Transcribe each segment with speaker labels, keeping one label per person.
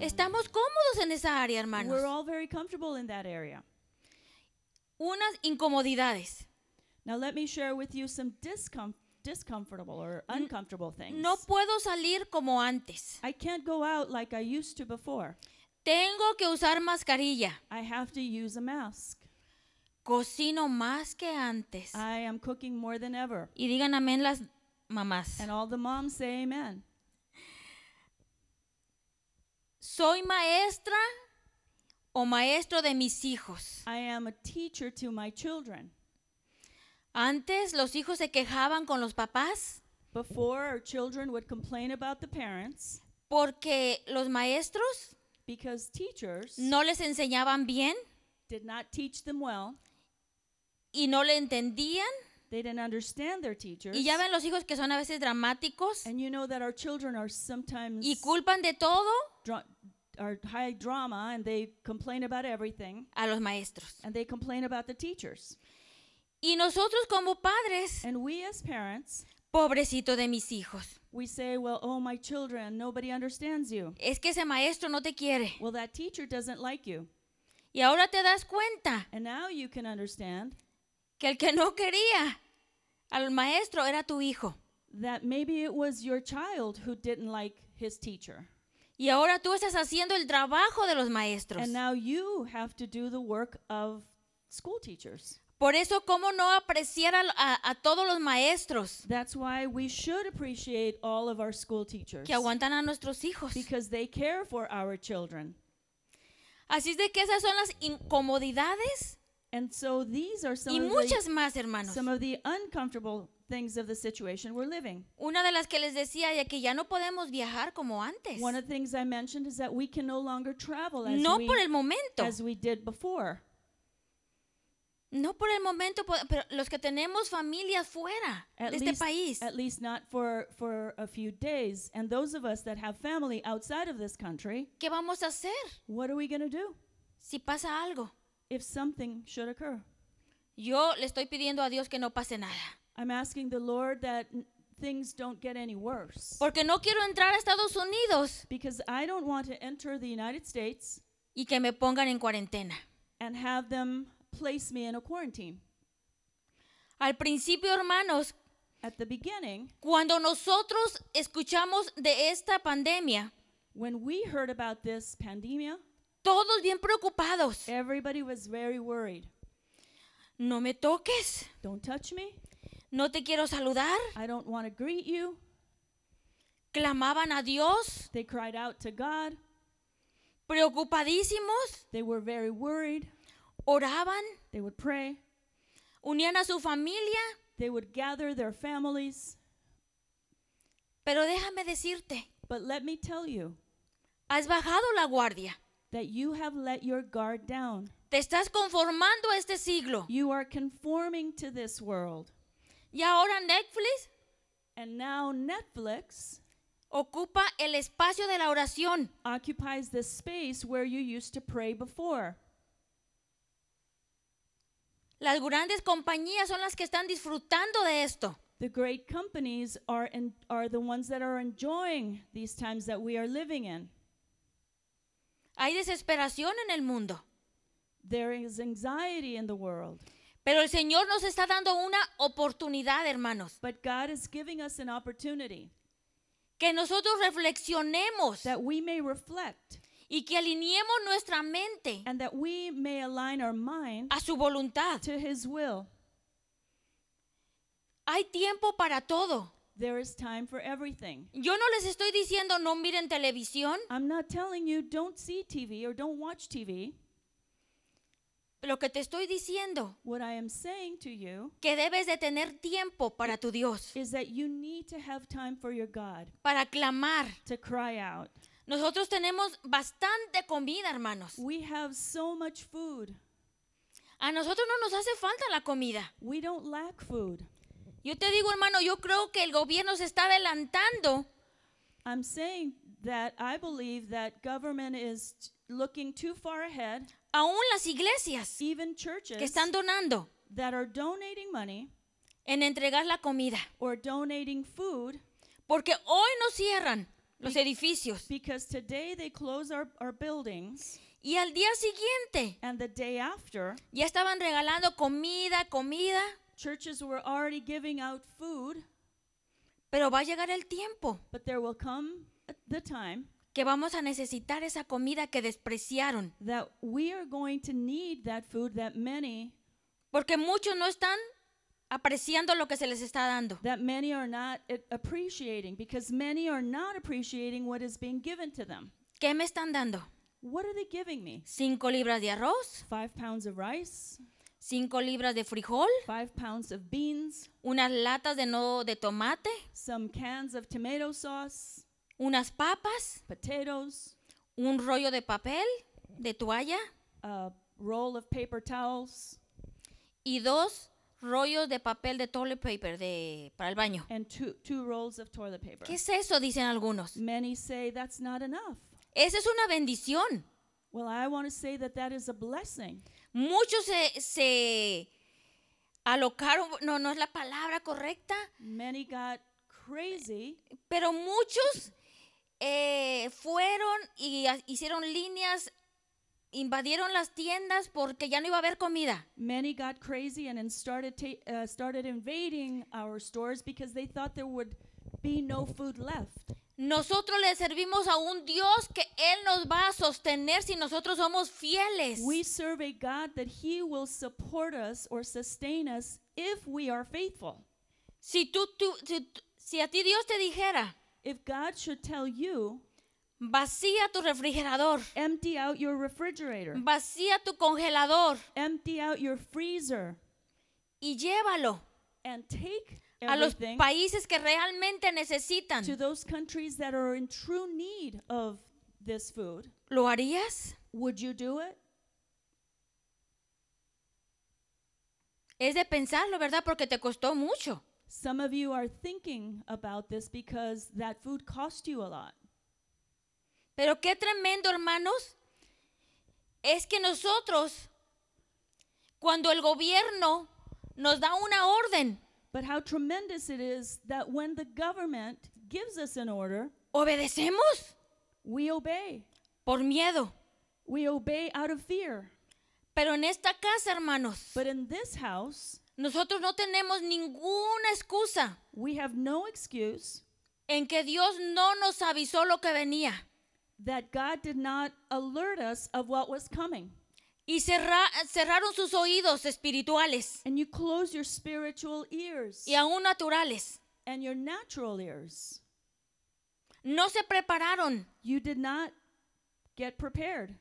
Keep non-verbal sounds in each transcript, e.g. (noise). Speaker 1: estamos cómodos en esa área, hermanos.
Speaker 2: We're all very comfortable in that area.
Speaker 1: Unas incomodidades.
Speaker 2: Now let me share with you some discom- discomfortable or uncomfortable things.
Speaker 1: No puedo salir como antes.
Speaker 2: I can't go out like I used to before.
Speaker 1: Tengo que usar mascarilla.
Speaker 2: I have to use a mask.
Speaker 1: Cocino más que antes.
Speaker 2: I am cooking more than ever.
Speaker 1: Y digan amén las mamás.
Speaker 2: And all the moms say amen.
Speaker 1: Soy maestra o maestro de mis hijos.
Speaker 2: I am a teacher to my children.
Speaker 1: Antes los hijos se quejaban con los papás
Speaker 2: Before, our children would complain about the parents
Speaker 1: porque los maestros
Speaker 2: because teachers
Speaker 1: no les enseñaban bien
Speaker 2: did not teach them well.
Speaker 1: y no le entendían.
Speaker 2: They didn't understand their teachers.
Speaker 1: Y ya ven los hijos que son a veces dramáticos
Speaker 2: And you know that our children are sometimes
Speaker 1: y culpan de todo
Speaker 2: dra- are high drama and they complain about everything
Speaker 1: a los maestros.
Speaker 2: and they complain about the teachers.
Speaker 1: Y nosotros como padres,
Speaker 2: And we as parents,
Speaker 1: pobrecito de mis hijos,
Speaker 2: we say, well, oh, my children, nobody understands you.
Speaker 1: es que ese maestro no te quiere.
Speaker 2: Well, that teacher doesn't like you.
Speaker 1: Y ahora te das cuenta
Speaker 2: And now you can understand
Speaker 1: que el que no quería al maestro era tu hijo.
Speaker 2: that maybe it was your child who didn't like his teacher.
Speaker 1: Y ahora tú estás haciendo el trabajo de los maestros.
Speaker 2: And now you have to do the work of school teachers.
Speaker 1: Por eso, ¿cómo no apreciar a, a- a todos los maestros
Speaker 2: That's why we should appreciate all of our school teachers
Speaker 1: que aguantan a nuestros hijos?
Speaker 2: because they care for our children.
Speaker 1: Así es de que esas son las incomodidades
Speaker 2: And so these are some
Speaker 1: y
Speaker 2: of the
Speaker 1: muchas más, hermanos.
Speaker 2: some of the uncomfortable things of the situation we're living.
Speaker 1: Una de las que les decía ya que ya no podemos viajar como antes.
Speaker 2: One of the things I mentioned is that we can no longer travel as,
Speaker 1: No
Speaker 2: we,
Speaker 1: por el momento.
Speaker 2: as we did before.
Speaker 1: No por el momento, po- pero los que tenemos familias fuera
Speaker 2: At
Speaker 1: de este
Speaker 2: least,
Speaker 1: país.
Speaker 2: at least not for, for a few days. And those of us that have family outside of this country,
Speaker 1: ¿Qué vamos a hacer
Speaker 2: what are we going to do
Speaker 1: si pasa algo?
Speaker 2: if something should occur?
Speaker 1: Yo le estoy pidiendo a Dios que no pase nada.
Speaker 2: I'm asking the Lord that n- things don't get any worse.
Speaker 1: Porque no quiero entrar a Estados Unidos
Speaker 2: because I don't want to enter the United States
Speaker 1: y que me pongan en cuarentena.
Speaker 2: and have them place me in a quarantine.
Speaker 1: Al principio, hermanos,
Speaker 2: At the beginning,
Speaker 1: cuando nosotros escuchamos de esta pandemia,
Speaker 2: when we heard about this pandemia,
Speaker 1: todos bien preocupados.
Speaker 2: everybody was very worried.
Speaker 1: No me toques,
Speaker 2: Don't touch me.
Speaker 1: no te quiero saludar.
Speaker 2: I don't want to greet you.
Speaker 1: Clamaban a Dios,
Speaker 2: They cried out to God.
Speaker 1: preocupadísimos,
Speaker 2: They were very worried.
Speaker 1: oraban,
Speaker 2: They would pray.
Speaker 1: unían a su familia.
Speaker 2: They would gather their families.
Speaker 1: Pero déjame decirte,
Speaker 2: But let me tell you
Speaker 1: has bajado la guardia.
Speaker 2: that you have let your guard down.
Speaker 1: Te estás conformando a este siglo.
Speaker 2: You are conforming to this world.
Speaker 1: Y ahora Netflix
Speaker 2: And now Netflix
Speaker 1: ocupa el espacio de la oración.
Speaker 2: occupies the space where you used to pray before.
Speaker 1: Las grandes compañías son las que están disfrutando de esto.
Speaker 2: The great companies are, en- are the ones that are enjoying these times that we are living in.
Speaker 1: Hay desesperación en el mundo.
Speaker 2: There is anxiety in the world.
Speaker 1: Pero el Señor nos está dando una oportunidad, hermanos,
Speaker 2: But God is giving us an opportunity
Speaker 1: que nosotros reflexionemos
Speaker 2: that we may reflect
Speaker 1: y que alineemos nuestra mente
Speaker 2: and that we may align our mind
Speaker 1: a su voluntad.
Speaker 2: to His will.
Speaker 1: Hay tiempo para todo.
Speaker 2: There is time for everything.
Speaker 1: Yo no les estoy diciendo no miren televisión.
Speaker 2: I'm not telling you don't see TV or don't watch TV.
Speaker 1: Lo que te estoy diciendo
Speaker 2: What I am saying to you
Speaker 1: que debes de tener tiempo para tu Dios,
Speaker 2: is that you need to have time for your God
Speaker 1: para clamar.
Speaker 2: to cry out.
Speaker 1: Nosotros tenemos bastante comida, hermanos.
Speaker 2: We have so much food.
Speaker 1: A nosotros no nos hace falta la comida.
Speaker 2: We don't lack food.
Speaker 1: Yo te digo, hermano, yo creo que el gobierno se está adelantando
Speaker 2: I'm saying that I believe that government is t- looking too far ahead,
Speaker 1: aún las iglesias
Speaker 2: even
Speaker 1: que
Speaker 2: churches
Speaker 1: están donando
Speaker 2: that are donating money
Speaker 1: en entregar la comida.
Speaker 2: or donating food
Speaker 1: Porque hoy nos cierran los edificios.
Speaker 2: because today they close our, our buildings
Speaker 1: Y al día siguiente
Speaker 2: and the day after
Speaker 1: ya estaban regalando comida, comida,
Speaker 2: churches were already giving out food
Speaker 1: pero va a llegar el tiempo
Speaker 2: but there will come a- the time
Speaker 1: que vamos a necesitar esa comida que despreciaron,
Speaker 2: that we are going to need that food that many
Speaker 1: porque muchos no están apreciando lo que se les está dando.
Speaker 2: that many are not a- appreciating because many are not appreciating what is being given to them
Speaker 1: ¿Qué me están dando?
Speaker 2: what are they giving me
Speaker 1: ¿Cinco libras de arroz?
Speaker 2: five pounds of rice
Speaker 1: ¿Cinco libras de frijol?
Speaker 2: five pounds of beans
Speaker 1: ¿Unas latas de no de tomate?
Speaker 2: some cans of tomato sauce
Speaker 1: ¿Unas papas?
Speaker 2: potatoes
Speaker 1: ¿Un rollo de papel? ¿De toalla?
Speaker 2: a roll of paper towels
Speaker 1: Y dos rollos de papel de toilet paper de, para el baño.
Speaker 2: and two, two rolls of toilet paper.
Speaker 1: ¿Qué es eso? Dicen algunos.
Speaker 2: Many say that's not enough.
Speaker 1: Esa es una bendición.
Speaker 2: Well, I want to say that that is a blessing.
Speaker 1: Muchos se, se alocaron, no, no es la palabra correcta,
Speaker 2: Many got crazy,
Speaker 1: pero muchos eh, fueron y ha- hicieron líneas, invadieron las tiendas porque ya no iba a haber comida.
Speaker 2: many got crazy and then started, ta- uh, started invading our stores because they thought there would be no food left.
Speaker 1: Nosotros le servimos a un Dios que Él nos va a sostener si nosotros somos fieles.
Speaker 2: We serve a God that He will support us or sustain us if we are faithful.
Speaker 1: Si, tú, tú- si, tú- si a ti Dios te dijera,
Speaker 2: If God should tell you,
Speaker 1: vacía tu refrigerador,
Speaker 2: empty out your refrigerator,
Speaker 1: vacía tu congelador
Speaker 2: empty out your freezer,
Speaker 1: y llévalo
Speaker 2: and take
Speaker 1: a los
Speaker 2: everything
Speaker 1: países que realmente necesitan,
Speaker 2: to those countries that are in true need of this food.
Speaker 1: ¿lo harías?
Speaker 2: Would you do it?
Speaker 1: Es de pensarlo, ¿verdad? Porque te costó mucho.
Speaker 2: Some of you are thinking about this because that food cost you a lot.
Speaker 1: Pero qué tremendo, hermanos, es que nosotros, cuando el gobierno nos da una orden,
Speaker 2: But how tremendous it is that when the government gives us an order,
Speaker 1: obedecemos
Speaker 2: we obey.
Speaker 1: por miedo.
Speaker 2: We obey out of fear.
Speaker 1: Pero en esta casa, hermanos,
Speaker 2: But in this house,
Speaker 1: nosotros no tenemos ninguna excusa
Speaker 2: we have no excuse
Speaker 1: en que Dios no nos avisó lo que venía.
Speaker 2: that God did not alert us of what was coming.
Speaker 1: Y cerra- cerraron sus oídos espirituales
Speaker 2: And you close your spiritual ears
Speaker 1: y aún naturales.
Speaker 2: and your natural ears.
Speaker 1: No se prepararon
Speaker 2: You did not get prepared.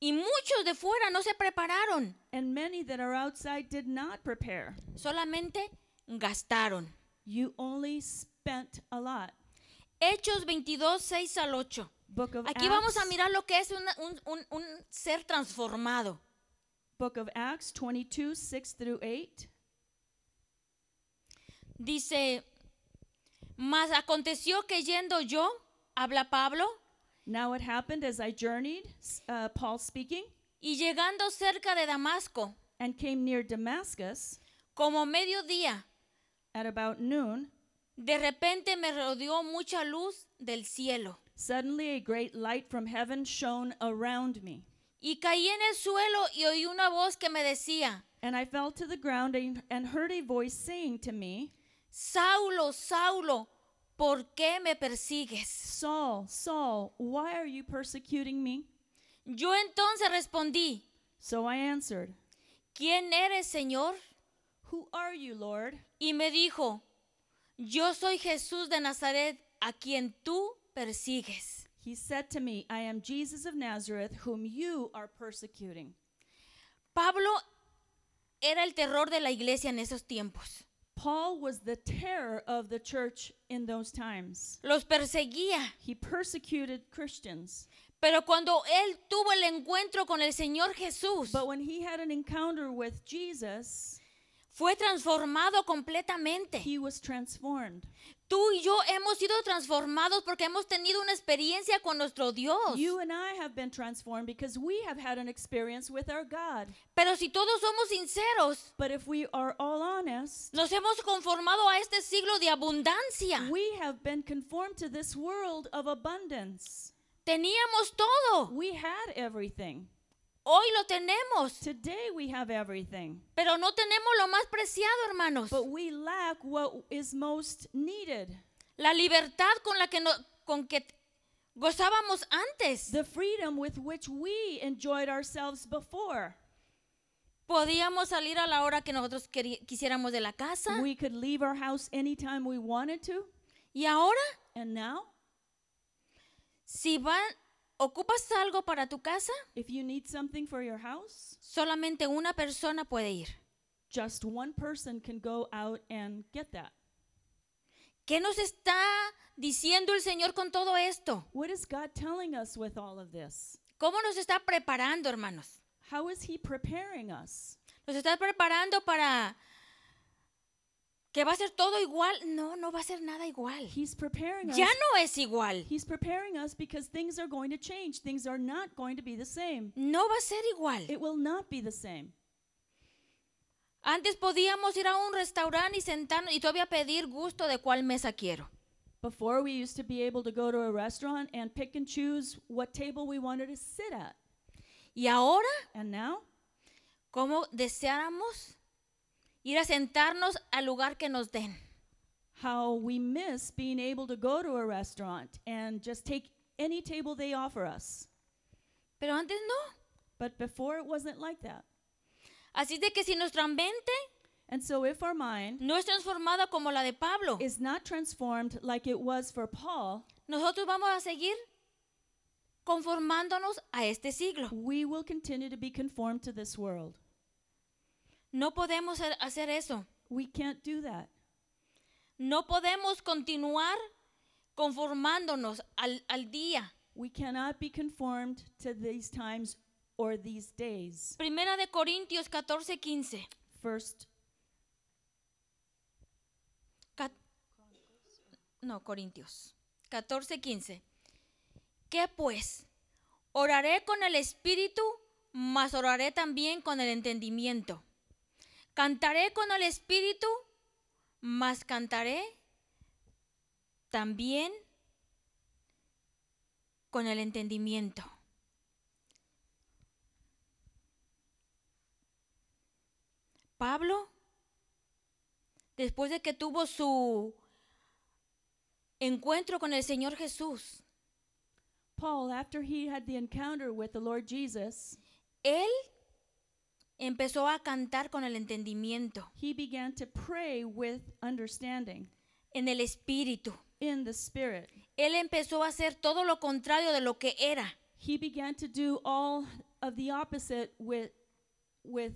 Speaker 1: y muchos de fuera no se prepararon.
Speaker 2: And many that are outside did not prepare.
Speaker 1: solamente gastaron.
Speaker 2: You only spent a lot.
Speaker 1: Hechos 22, 6 al 8.
Speaker 2: Book of
Speaker 1: Aquí
Speaker 2: Acts,
Speaker 1: vamos a mirar lo que es una- un, un- un ser transformado.
Speaker 2: Book of Acts 22, 6 through 8.
Speaker 1: Dice, mas aconteció que yendo yo, habla Pablo,
Speaker 2: Now it happened as I journeyed, s- uh, Paul speaking,
Speaker 1: y llegando cerca de Damasco,
Speaker 2: and came near Damascus
Speaker 1: como mediodía,
Speaker 2: at about noon.
Speaker 1: de repente me rodeó mucha luz del cielo.
Speaker 2: Suddenly a great light from heaven shone around me.
Speaker 1: Y caí en el suelo y oí una voz que me decía,
Speaker 2: And I fell to the ground and, and heard a voice saying to me,
Speaker 1: Saulo, Saulo, ¿por qué me persigues?
Speaker 2: Saul, Saul, why are you persecuting me?
Speaker 1: Yo entonces respondí,
Speaker 2: So I answered,
Speaker 1: ¿quién eres, Señor?
Speaker 2: Who are you, Lord?
Speaker 1: Y me dijo, yo soy Jesús de Nazaret, a quien tú persigues.
Speaker 2: He said to me, I am Jesus of Nazareth, whom you are persecuting.
Speaker 1: Pablo era el terror de la iglesia en esos tiempos.
Speaker 2: Paul was the terror of the church in those times.
Speaker 1: Los perseguía,
Speaker 2: He persecuted Christians.
Speaker 1: pero cuando él tuvo el encuentro con el Señor Jesús,
Speaker 2: But when he had an encounter with Jesus,
Speaker 1: fue transformado completamente.
Speaker 2: he was transformed.
Speaker 1: Tú y yo hemos sido transformados porque hemos tenido una experiencia con nuestro Dios.
Speaker 2: You and I have been transformed because we have had an experience with our God.
Speaker 1: Pero si todos somos sinceros,
Speaker 2: But if we are all honest,
Speaker 1: nos hemos conformado a este siglo de abundancia.
Speaker 2: we have been conformed to this world of abundance.
Speaker 1: Teníamos todo.
Speaker 2: We had everything.
Speaker 1: Hoy lo tenemos.
Speaker 2: Today we have everything.
Speaker 1: Pero no tenemos lo más preciado, hermanos.
Speaker 2: But we lack what is most needed
Speaker 1: La libertad con la que, no- con que gozábamos antes.
Speaker 2: the freedom with which we enjoyed ourselves before.
Speaker 1: Podíamos salir a la hora que nosotros queri- quisiéramos de la casa.
Speaker 2: We could leave our house anytime we wanted to.
Speaker 1: Y ahora,
Speaker 2: And now,
Speaker 1: si van, ocupas algo para tu casa,
Speaker 2: if you need something for your house,
Speaker 1: solamente una persona puede ir.
Speaker 2: just one person can go out and get that.
Speaker 1: ¿Qué nos está diciendo el Señor con todo esto?
Speaker 2: What is God telling us with all of this?
Speaker 1: ¿Cómo nos está preparando, hermanos?
Speaker 2: How is He preparing us?
Speaker 1: ¿Nos está preparando para que va a ser todo igual? No, no va a ser nada igual.
Speaker 2: He's preparing us.
Speaker 1: Ya no es igual.
Speaker 2: He's preparing us because things are going to change. Things are not going to be the same.
Speaker 1: No va a ser igual.
Speaker 2: It will not be the same.
Speaker 1: Antes podíamos ir a un restaurante y sentarnos y todavía pedir gusto de cuál mesa quiero.
Speaker 2: Before, we used to be able to go to a restaurant and pick and choose what table we wanted to sit at.
Speaker 1: Y ahora,
Speaker 2: And now,
Speaker 1: como deseáramos ir a sentarnos al lugar que nos den.
Speaker 2: how we miss being able to go to a restaurant and just take any table they offer us.
Speaker 1: Pero antes no.
Speaker 2: But before, it wasn't like that.
Speaker 1: Así es de que si nuestra mente
Speaker 2: And so, if our mind
Speaker 1: no es transformada como la de Pablo,
Speaker 2: is not transformed like it was for Paul,
Speaker 1: nosotros vamos a seguir conformándonos a este siglo.
Speaker 2: we will continue to be conformed to this world.
Speaker 1: No podemos ha- hacer eso.
Speaker 2: We can't do that.
Speaker 1: No podemos continuar conformándonos al, al día.
Speaker 2: We cannot be conformed to these times or these days.
Speaker 1: Primera de Corintios 14, 15.
Speaker 2: First,
Speaker 1: Cat- no, Corintios 14, 15. ¿Qué pues? Oraré con el espíritu, mas oraré también con el entendimiento. Cantaré con el espíritu, mas cantaré también con el entendimiento. Pablo después de que tuvo su encuentro con el Señor Jesús,
Speaker 2: Paul, after he had the encounter with the Lord Jesus,
Speaker 1: él empezó a cantar con el entendimiento,
Speaker 2: he began to pray with understanding
Speaker 1: en el espíritu.
Speaker 2: in the Spirit.
Speaker 1: Él empezó a hacer todo lo contrario de lo que era.
Speaker 2: He began to do all of the opposite with, with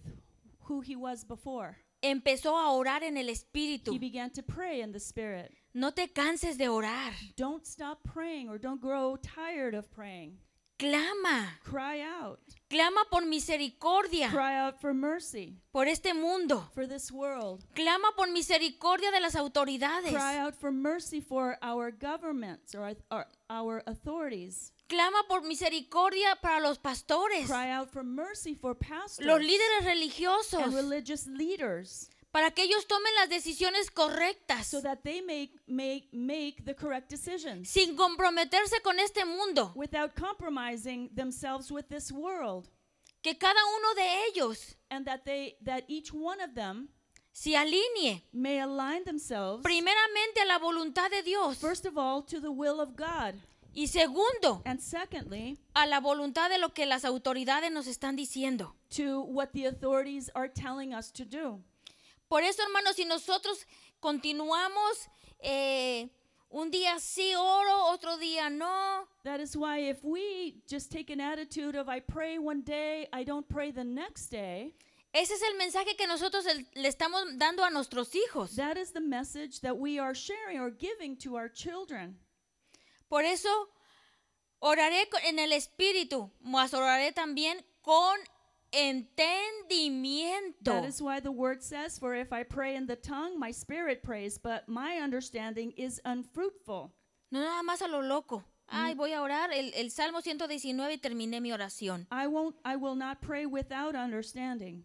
Speaker 2: who he was before.
Speaker 1: Empezó a orar en el
Speaker 2: He
Speaker 1: espíritu.
Speaker 2: began to pray in the Spirit.
Speaker 1: No te canses de orar.
Speaker 2: Don't stop praying or don't grow tired of praying.
Speaker 1: Clama,
Speaker 2: Cry out.
Speaker 1: clama por misericordia
Speaker 2: Cry out for mercy
Speaker 1: por este mundo.
Speaker 2: for this world.
Speaker 1: Clama por misericordia de las autoridades.
Speaker 2: Cry out for mercy for our governments or our, our authorities.
Speaker 1: Clama por misericordia para los pastores,
Speaker 2: Cry out for mercy for pastors
Speaker 1: los líderes
Speaker 2: and
Speaker 1: religiosos.
Speaker 2: religious leaders
Speaker 1: para que ellos tomen las decisiones correctas,
Speaker 2: so that they make, make, make the correct decisions
Speaker 1: sin comprometerse con este mundo,
Speaker 2: without compromising themselves with this world
Speaker 1: que cada uno de ellos
Speaker 2: and that, they, that each one of them
Speaker 1: se alinee
Speaker 2: may align themselves,
Speaker 1: primeramente a la voluntad de Dios
Speaker 2: first of all, to the will of God
Speaker 1: y segundo
Speaker 2: and secondly,
Speaker 1: a la voluntad de lo que las autoridades nos están diciendo.
Speaker 2: to what the authorities are telling us to do.
Speaker 1: Por eso, hermanos, si nosotros continuamos eh, un día sí oro, otro día no,
Speaker 2: That is why if we just take an attitude of I pray one day, I don't pray the next day,
Speaker 1: ese es el mensaje que nosotros el- le estamos dando a nuestros hijos.
Speaker 2: that is the message that we are sharing or giving to our children.
Speaker 1: Por eso oraré co- en el espíritu, mas oraré también con entendimiento.
Speaker 2: That is why the word says, For if I pray in the tongue, my spirit prays, but my understanding is unfruitful.
Speaker 1: No nada más a lo loco. Ay, voy a orar el, el Salmo 119 y terminé mi oración.
Speaker 2: I won't I will not pray without understanding.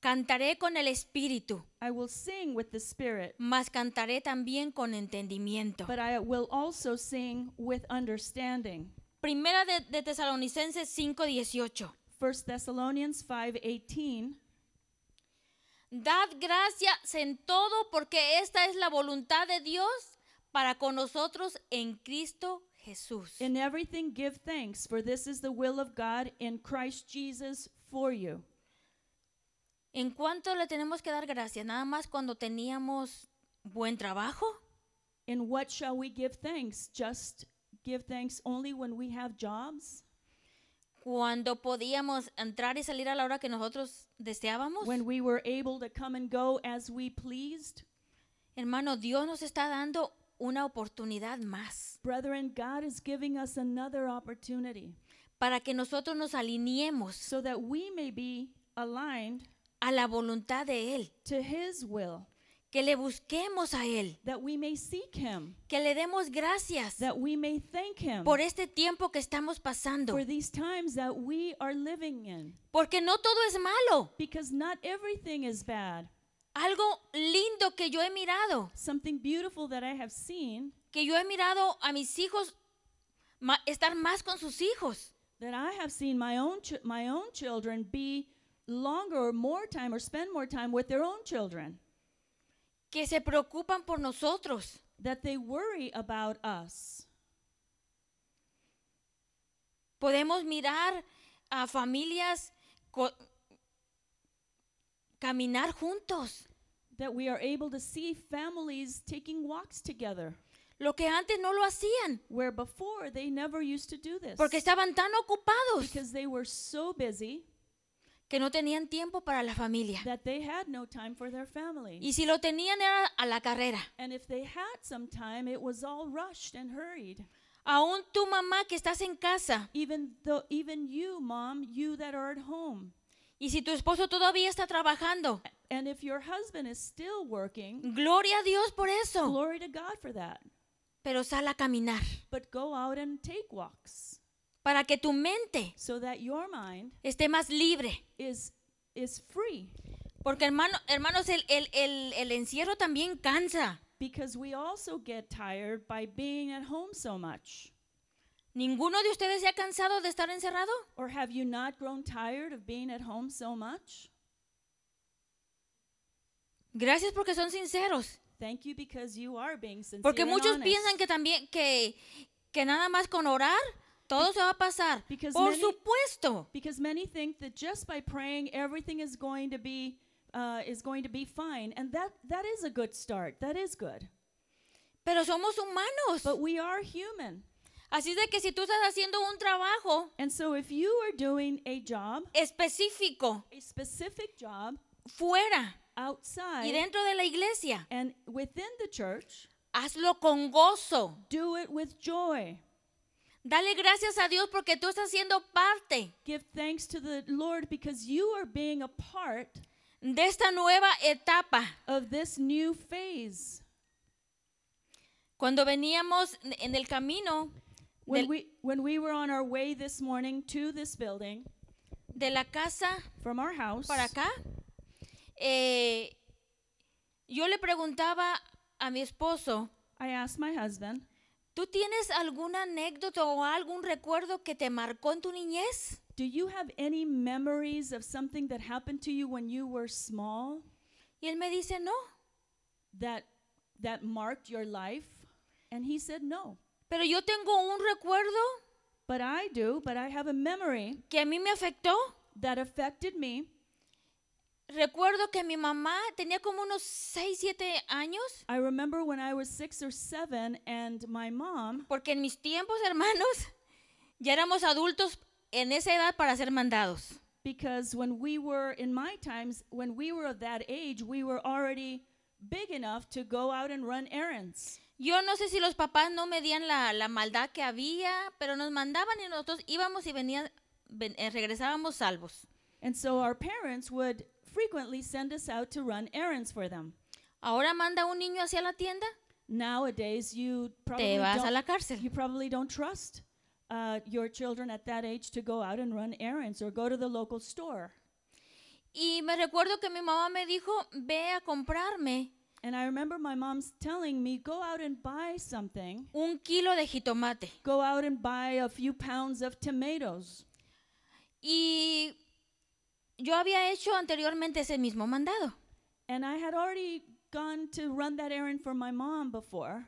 Speaker 1: Cantaré con el espíritu,
Speaker 2: I will sing with the spirit,
Speaker 1: mas cantaré también con entendimiento.
Speaker 2: but I will also sing with understanding.
Speaker 1: Primera de, de Tesalonicenses 5:18.
Speaker 2: 1 Thessalonians 5:18
Speaker 1: Dad gracias en todo porque esta es la voluntad de Dios para con nosotros en Cristo Jesús.
Speaker 2: In everything give thanks, for this is the will of God in Christ Jesus for you.
Speaker 1: ¿En cuánto le tenemos que dar gracias? Nada más cuando teníamos buen trabajo,
Speaker 2: In what shall we give thanks? Just give thanks only when we have jobs?
Speaker 1: cuando podíamos entrar y salir a la hora que nosotros deseábamos.
Speaker 2: When we were able to come and go as we pleased?
Speaker 1: Hermano, Dios nos está dando una oportunidad más
Speaker 2: Brethren, God is giving us another opportunity
Speaker 1: para que nosotros nos alineemos
Speaker 2: so that we may be aligned
Speaker 1: a la voluntad de Él,
Speaker 2: to His will,
Speaker 1: que le busquemos a Él,
Speaker 2: that we may seek Him,
Speaker 1: que le demos gracias
Speaker 2: that we may thank Him
Speaker 1: por este tiempo que estamos pasando,
Speaker 2: for these times that we are living in.
Speaker 1: porque no todo es malo.
Speaker 2: Because not everything is bad.
Speaker 1: Algo lindo que yo he mirado,
Speaker 2: Something beautiful that I have seen
Speaker 1: que yo he mirado a mis hijos ma- estar más con sus hijos.
Speaker 2: that I have seen my own ch- my own children be longer or more time or spend more time with their own children
Speaker 1: que se preocupan por nosotros,
Speaker 2: that they worry about us.
Speaker 1: Podemos mirar a familias co- caminar juntos,
Speaker 2: That we are able to see families taking walks together
Speaker 1: lo que antes no lo hacían,
Speaker 2: where before they never used to do this
Speaker 1: porque estaban tan ocupados
Speaker 2: because they were so busy
Speaker 1: que no tenían tiempo para la familia.
Speaker 2: that they had no time for their family.
Speaker 1: Y si lo tenían era a la carrera.
Speaker 2: And if they had some time, it was all rushed and hurried.
Speaker 1: Aún tu mamá que estás en casa,
Speaker 2: Even though even you, mom, you that are at home,
Speaker 1: y si tu esposo todavía está trabajando,
Speaker 2: and if your husband is still working,
Speaker 1: gloria a Dios por eso.
Speaker 2: glory to God for that.
Speaker 1: Pero sal a caminar
Speaker 2: But go out and take walks
Speaker 1: para que tu mente
Speaker 2: so that your mind
Speaker 1: esté más libre.
Speaker 2: is is free
Speaker 1: Porque hermano, hermanos, el, el- el- el encierro también cansa.
Speaker 2: because we also get tired by being at home so much.
Speaker 1: ¿Ninguno de ustedes se ha cansado de estar encerrado?
Speaker 2: Or have you not grown tired of being at home so much?
Speaker 1: Gracias porque son sinceros.
Speaker 2: Thank you because you are being sincere.
Speaker 1: Porque
Speaker 2: and
Speaker 1: muchos
Speaker 2: honest.
Speaker 1: piensan que también que, que nada más con orar todo se va a pasar.
Speaker 2: Because
Speaker 1: Por
Speaker 2: many-
Speaker 1: supuesto.
Speaker 2: because many think that just by praying everything is going to be uh, is going to be fine and that that is a good start that is good
Speaker 1: Pero somos humanos.
Speaker 2: but we are human
Speaker 1: Así de que si tú estás haciendo un trabajo
Speaker 2: and so if you are doing a job
Speaker 1: específico
Speaker 2: a specific job
Speaker 1: fuera y
Speaker 2: outside
Speaker 1: dentro de la iglesia,
Speaker 2: and within the church
Speaker 1: hazlo con gozo.
Speaker 2: do it with joy
Speaker 1: Dale gracias a Dios porque tú estás siendo parte
Speaker 2: give thanks to the lord because you are being a part
Speaker 1: de esta nueva etapa.
Speaker 2: of this new phase
Speaker 1: Cuando veníamos en- en el camino
Speaker 2: when
Speaker 1: Del-
Speaker 2: we when we were on our way this morning to this building
Speaker 1: de la casa
Speaker 2: from our house
Speaker 1: para acá, eh, yo le preguntaba a mi esposo,
Speaker 2: i asked my husband
Speaker 1: ¿tú tienes alguna anécdota o algún recuerdo que te marcó en tu niñez?
Speaker 2: Do you have any memories of something that happened to you when you were small
Speaker 1: Y él me dice, no,
Speaker 2: that that marked your life? And he said, "No."
Speaker 1: pero yo tengo un recuerdo
Speaker 2: But I do, but I have a memory
Speaker 1: que a mí me afectó.
Speaker 2: that affected me.
Speaker 1: Recuerdo que mi mamá tenía como unos 6, 7 años,
Speaker 2: I remember when I was 6 or 7 and my mom,
Speaker 1: porque en mis tiempos, (laughs) hermanos, ya éramos adultos en esa edad para ser mandados.
Speaker 2: because when we were in my times, when we were of that age, we were already big enough to go out and run errands.
Speaker 1: Yo no sé si los papás no medían la, la maldad que había, pero nos mandaban y nosotros íbamos y venían, ven- eh, regresábamos salvos.
Speaker 2: And so our parents would frequently send us out to run errands for them.
Speaker 1: Ahora manda un niño hacia la tienda,
Speaker 2: Nowadays, you probably
Speaker 1: te vas a
Speaker 2: don't,
Speaker 1: la cárcel.
Speaker 2: you probably don't trust uh, your children at that age to go out and run errands or go to the local store.
Speaker 1: Y me recuerdo que mi mamá me dijo, ve a comprarme
Speaker 2: And I remember my mom's telling me, go out and buy something.
Speaker 1: un kilo de jitomate.
Speaker 2: Go out and buy a few pounds of tomatoes.
Speaker 1: Y yo había hecho anteriormente ese mismo mandado.
Speaker 2: And I had already gone to run that errand for my mom before.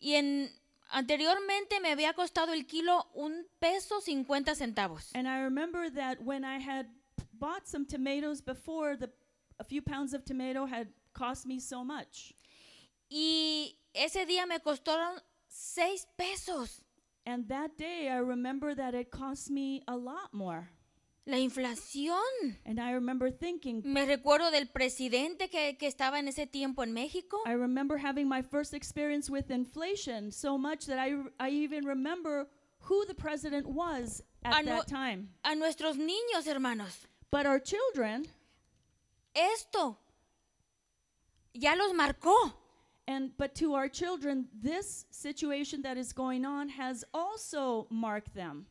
Speaker 1: Y en, anteriormente me había costado el kilo un peso cincuenta centavos.
Speaker 2: And I remember that when I had bought some tomatoes before, the a few pounds of tomato had cost me so much.
Speaker 1: Y ese día me costaron seis pesos.
Speaker 2: And that day I remember that it cost me a lot more.
Speaker 1: La inflación.
Speaker 2: And I remember thinking
Speaker 1: Me recuerdo del presidente que, que estaba en ese tiempo en México.
Speaker 2: I remember having my first experience with inflation so much that I, I even remember who the president was at
Speaker 1: I know-
Speaker 2: that time.
Speaker 1: A nuestros niños, hermanos.
Speaker 2: But our children,
Speaker 1: Esto ya los marcó.
Speaker 2: and but to our children, this situation that is going on has also marked them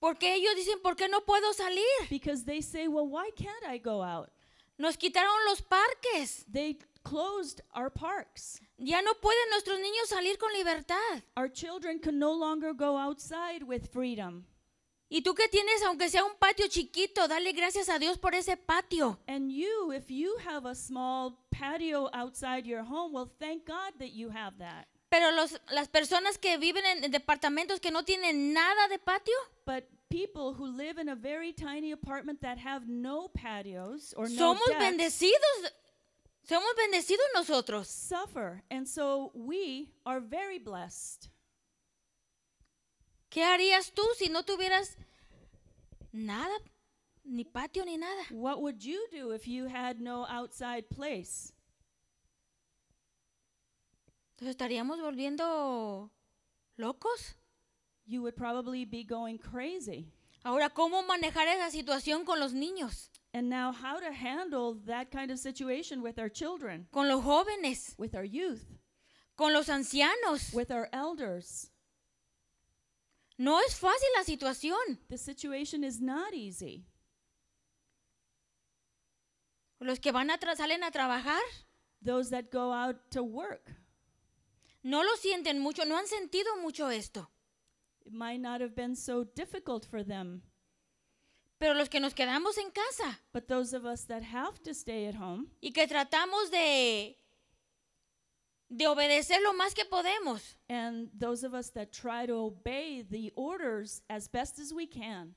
Speaker 1: Porque ellos dicen, ¿por qué no puedo salir?
Speaker 2: because they say, "Well, why can't I go out?"
Speaker 1: Nos quitaron los parques.
Speaker 2: They closed our parks.
Speaker 1: Ya no pueden nuestros niños salir con libertad.
Speaker 2: Our children can no longer go outside with freedom.
Speaker 1: Y tú que tienes, aunque sea un patio chiquito, dale gracias a Dios por ese patio.
Speaker 2: And you, if you have a small patio outside your home, well, thank God that you have that.
Speaker 1: Pero los- las personas que viven en, en departamentos que no tienen nada de patio,
Speaker 2: But people who live in a very tiny apartment that have no patios or no
Speaker 1: somos
Speaker 2: decks
Speaker 1: bendecidos. Somos bendecidos nosotros.
Speaker 2: suffer. And so we are very blessed.
Speaker 1: ¿Qué harías tú si no tuvieras nada, ni patio ni nada?
Speaker 2: What would you do if you had no outside place?
Speaker 1: Entonces estaríamos volviendo locos.
Speaker 2: You would probably be going crazy.
Speaker 1: Ahora, ¿cómo manejar esa situación con los niños,
Speaker 2: And now, how to handle that kind of situation with our children,
Speaker 1: con los jóvenes,
Speaker 2: with our youth,
Speaker 1: con los ancianos?
Speaker 2: with our elders?
Speaker 1: No es fácil la situación.
Speaker 2: The situation is not easy.
Speaker 1: Los que van a tra- salen a trabajar
Speaker 2: Those that go out to work
Speaker 1: no lo sienten mucho, no han sentido mucho esto.
Speaker 2: it might not have been so difficult for them
Speaker 1: Pero los que nos quedamos en casa
Speaker 2: But those of us that have to stay at home
Speaker 1: y que tratamos de de obedecer lo más que podemos,
Speaker 2: and those of us that try to obey the orders as best as we can,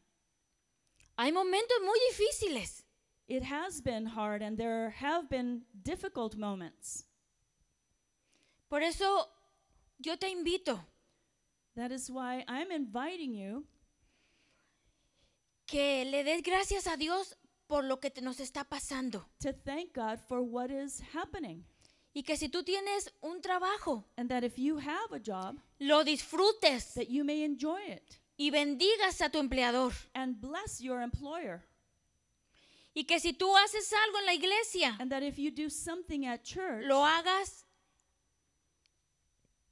Speaker 1: hay momentos muy difíciles.
Speaker 2: it has been hard and there have been difficult moments.
Speaker 1: Por eso yo te invito
Speaker 2: That is why I'm inviting you
Speaker 1: que le des gracias a Dios por lo que te- nos está pasando.
Speaker 2: to thank God for what is happening
Speaker 1: Y que si tú tienes un trabajo,
Speaker 2: and that if you have a job,
Speaker 1: lo disfrutes
Speaker 2: that you may enjoy it
Speaker 1: y bendigas a tu empleador.
Speaker 2: and bless your employer.
Speaker 1: Y que si tú haces algo en la iglesia,
Speaker 2: And that if you do something at church,
Speaker 1: lo hagas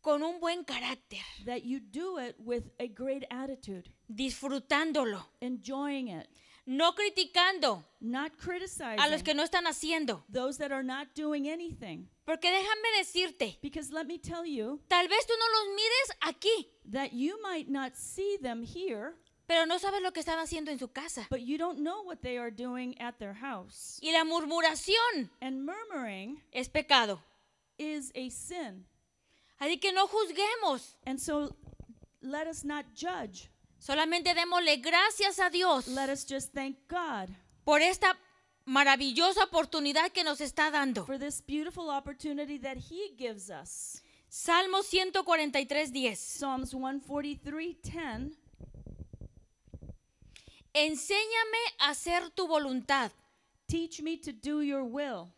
Speaker 1: con un buen carácter,
Speaker 2: that you do it with a great attitude,
Speaker 1: disfrutándolo,
Speaker 2: enjoying it,
Speaker 1: no criticando
Speaker 2: not criticizing.
Speaker 1: a los que no están haciendo.
Speaker 2: those that are not doing anything.
Speaker 1: Porque déjame decirte,
Speaker 2: Because let me tell you
Speaker 1: tal vez tú no los mires aquí,
Speaker 2: that you might not see them here,
Speaker 1: pero no sabes lo que están haciendo en su casa.
Speaker 2: but you don't know what they are doing at their house.
Speaker 1: Y la murmuración
Speaker 2: And murmuring
Speaker 1: es pecado.
Speaker 2: is a sin.
Speaker 1: Así que no juzguemos,
Speaker 2: And so let us not judge.
Speaker 1: solamente démosle gracias a Dios
Speaker 2: Let us just thank God
Speaker 1: por esta maravillosa oportunidad que nos está dando.
Speaker 2: for this beautiful opportunity that He gives us.
Speaker 1: Salmo 143, 10.
Speaker 2: Psalms 143:10.
Speaker 1: Enséñame a hacer tu voluntad,
Speaker 2: Teach me to do your will,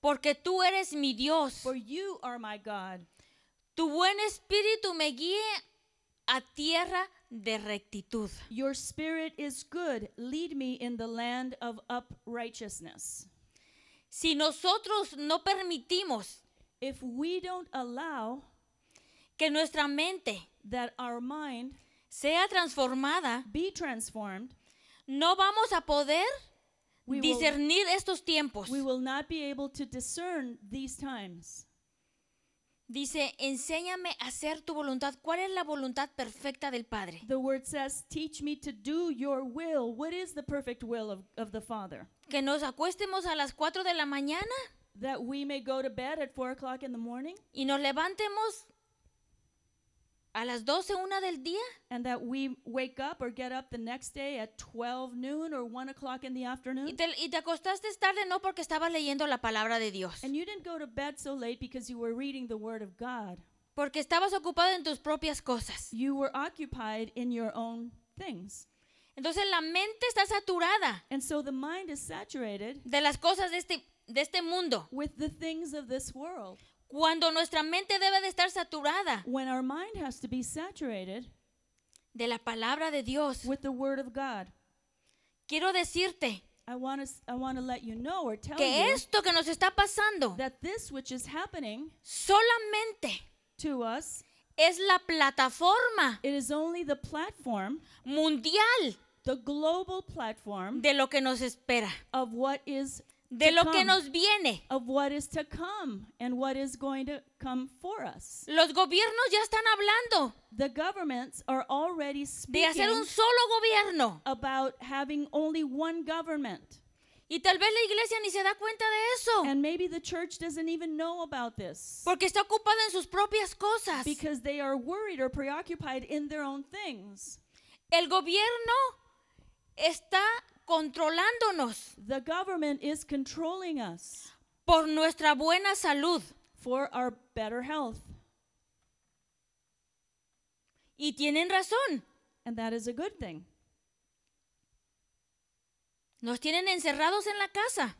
Speaker 1: porque tú eres mi Dios.
Speaker 2: for you are my God.
Speaker 1: Tu buen espíritu me guíe a tierra de rectitud.
Speaker 2: Your spirit is good. Lead me in the land of uprightness.
Speaker 1: Si nosotros no permitimos
Speaker 2: If we don't allow
Speaker 1: que nuestra mente
Speaker 2: that our mind
Speaker 1: sea transformada,
Speaker 2: be transformed,
Speaker 1: no vamos a poder
Speaker 2: we will,
Speaker 1: discernir estos tiempos.
Speaker 2: we will not be able to discern these times.
Speaker 1: Dice, enséñame a hacer tu voluntad. ¿Cuál es la voluntad perfecta del Padre?
Speaker 2: The word says, Teach me to do your will. What is the perfect will of, of the Father?
Speaker 1: ¿Que nos acuestemos a las 4 de la mañana
Speaker 2: That we may go to bed at four o'clock in the morning,
Speaker 1: y nos levantemos a las 12, una del día?
Speaker 2: and that we wake up or get up the next day at 12 noon or one o'clock in the
Speaker 1: Y
Speaker 2: afternoon.
Speaker 1: te, y te acostaste tarde no porque estabas leyendo la palabra de Dios,
Speaker 2: And you didn't go to bed so late because you were reading the Word of God.
Speaker 1: porque estabas ocupado en tus propias cosas.
Speaker 2: You were occupied in your own things.
Speaker 1: Entonces la mente está saturada
Speaker 2: And so the mind is saturated
Speaker 1: de las cosas de este, de este mundo.
Speaker 2: with the things of this world.
Speaker 1: Cuando nuestra mente debe de estar saturada
Speaker 2: When our mind has to be saturated
Speaker 1: de la palabra de Dios,
Speaker 2: with the Word of God,
Speaker 1: quiero decirte
Speaker 2: I want to I want to let you know or tell
Speaker 1: que
Speaker 2: you
Speaker 1: esto que nos está pasando
Speaker 2: that this which is happening
Speaker 1: solamente
Speaker 2: to us,
Speaker 1: es la plataforma
Speaker 2: it is only the platform,
Speaker 1: mundial
Speaker 2: the global platform
Speaker 1: de lo que nos espera,
Speaker 2: of what is
Speaker 1: de
Speaker 2: to
Speaker 1: lo que
Speaker 2: come,
Speaker 1: nos viene.
Speaker 2: of what is to come and what is going to come for us.
Speaker 1: Los gobiernos ya están hablando
Speaker 2: The governments are already
Speaker 1: de hacer
Speaker 2: speaking
Speaker 1: un solo gobierno
Speaker 2: about having only one government.
Speaker 1: y tal vez la iglesia ni se da cuenta de eso
Speaker 2: And maybe the church doesn't even know about this
Speaker 1: porque está ocupada en sus propias cosas.
Speaker 2: because they are worried or preoccupied in their own things.
Speaker 1: El gobierno está controlándonos
Speaker 2: The government is controlling us
Speaker 1: por nuestra buena salud
Speaker 2: for our better health.
Speaker 1: y tienen razón.
Speaker 2: And that is a good thing.
Speaker 1: Nos tienen encerrados en la casa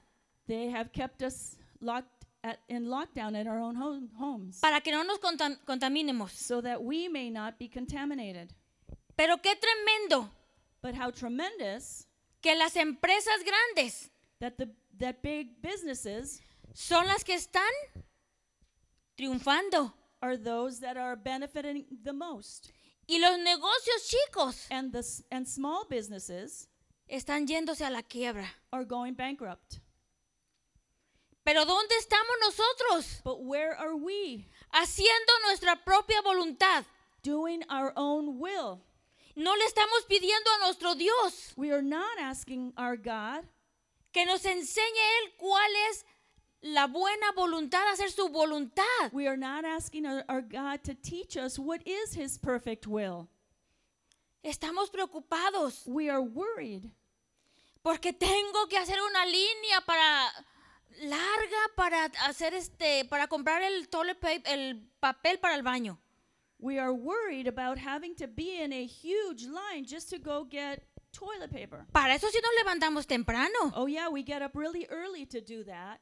Speaker 2: They have kept us locked at, in lockdown at our own home, homes
Speaker 1: para que no nos contam- contaminemos.
Speaker 2: so that we may not be contaminated.
Speaker 1: Pero qué tremendo
Speaker 2: But how tremendous
Speaker 1: que las empresas grandes
Speaker 2: that the that big businesses
Speaker 1: son las que están triunfando
Speaker 2: are those that are benefiting the most
Speaker 1: y los negocios chicos
Speaker 2: and the s- and small businesses
Speaker 1: están yéndose a la quiebra.
Speaker 2: are going bankrupt.
Speaker 1: Pero ¿dónde estamos nosotros?
Speaker 2: But where are we
Speaker 1: Haciendo nuestra propia voluntad.
Speaker 2: doing our own will?
Speaker 1: No le estamos pidiendo a nuestro Dios
Speaker 2: We are not asking our God
Speaker 1: que nos enseñe Él cuál es la buena voluntad, hacer su voluntad.
Speaker 2: We are not asking our, our God to teach us what is His perfect will.
Speaker 1: Estamos preocupados
Speaker 2: We are worried
Speaker 1: porque tengo que hacer una línea para larga para hacer este para comprar el toilet pa- el papel para el baño.
Speaker 2: We are worried about having to be in a huge line just to go get toilet paper.
Speaker 1: Para eso sí nos levantamos temprano,
Speaker 2: Oh, yeah, we get up really early to do that,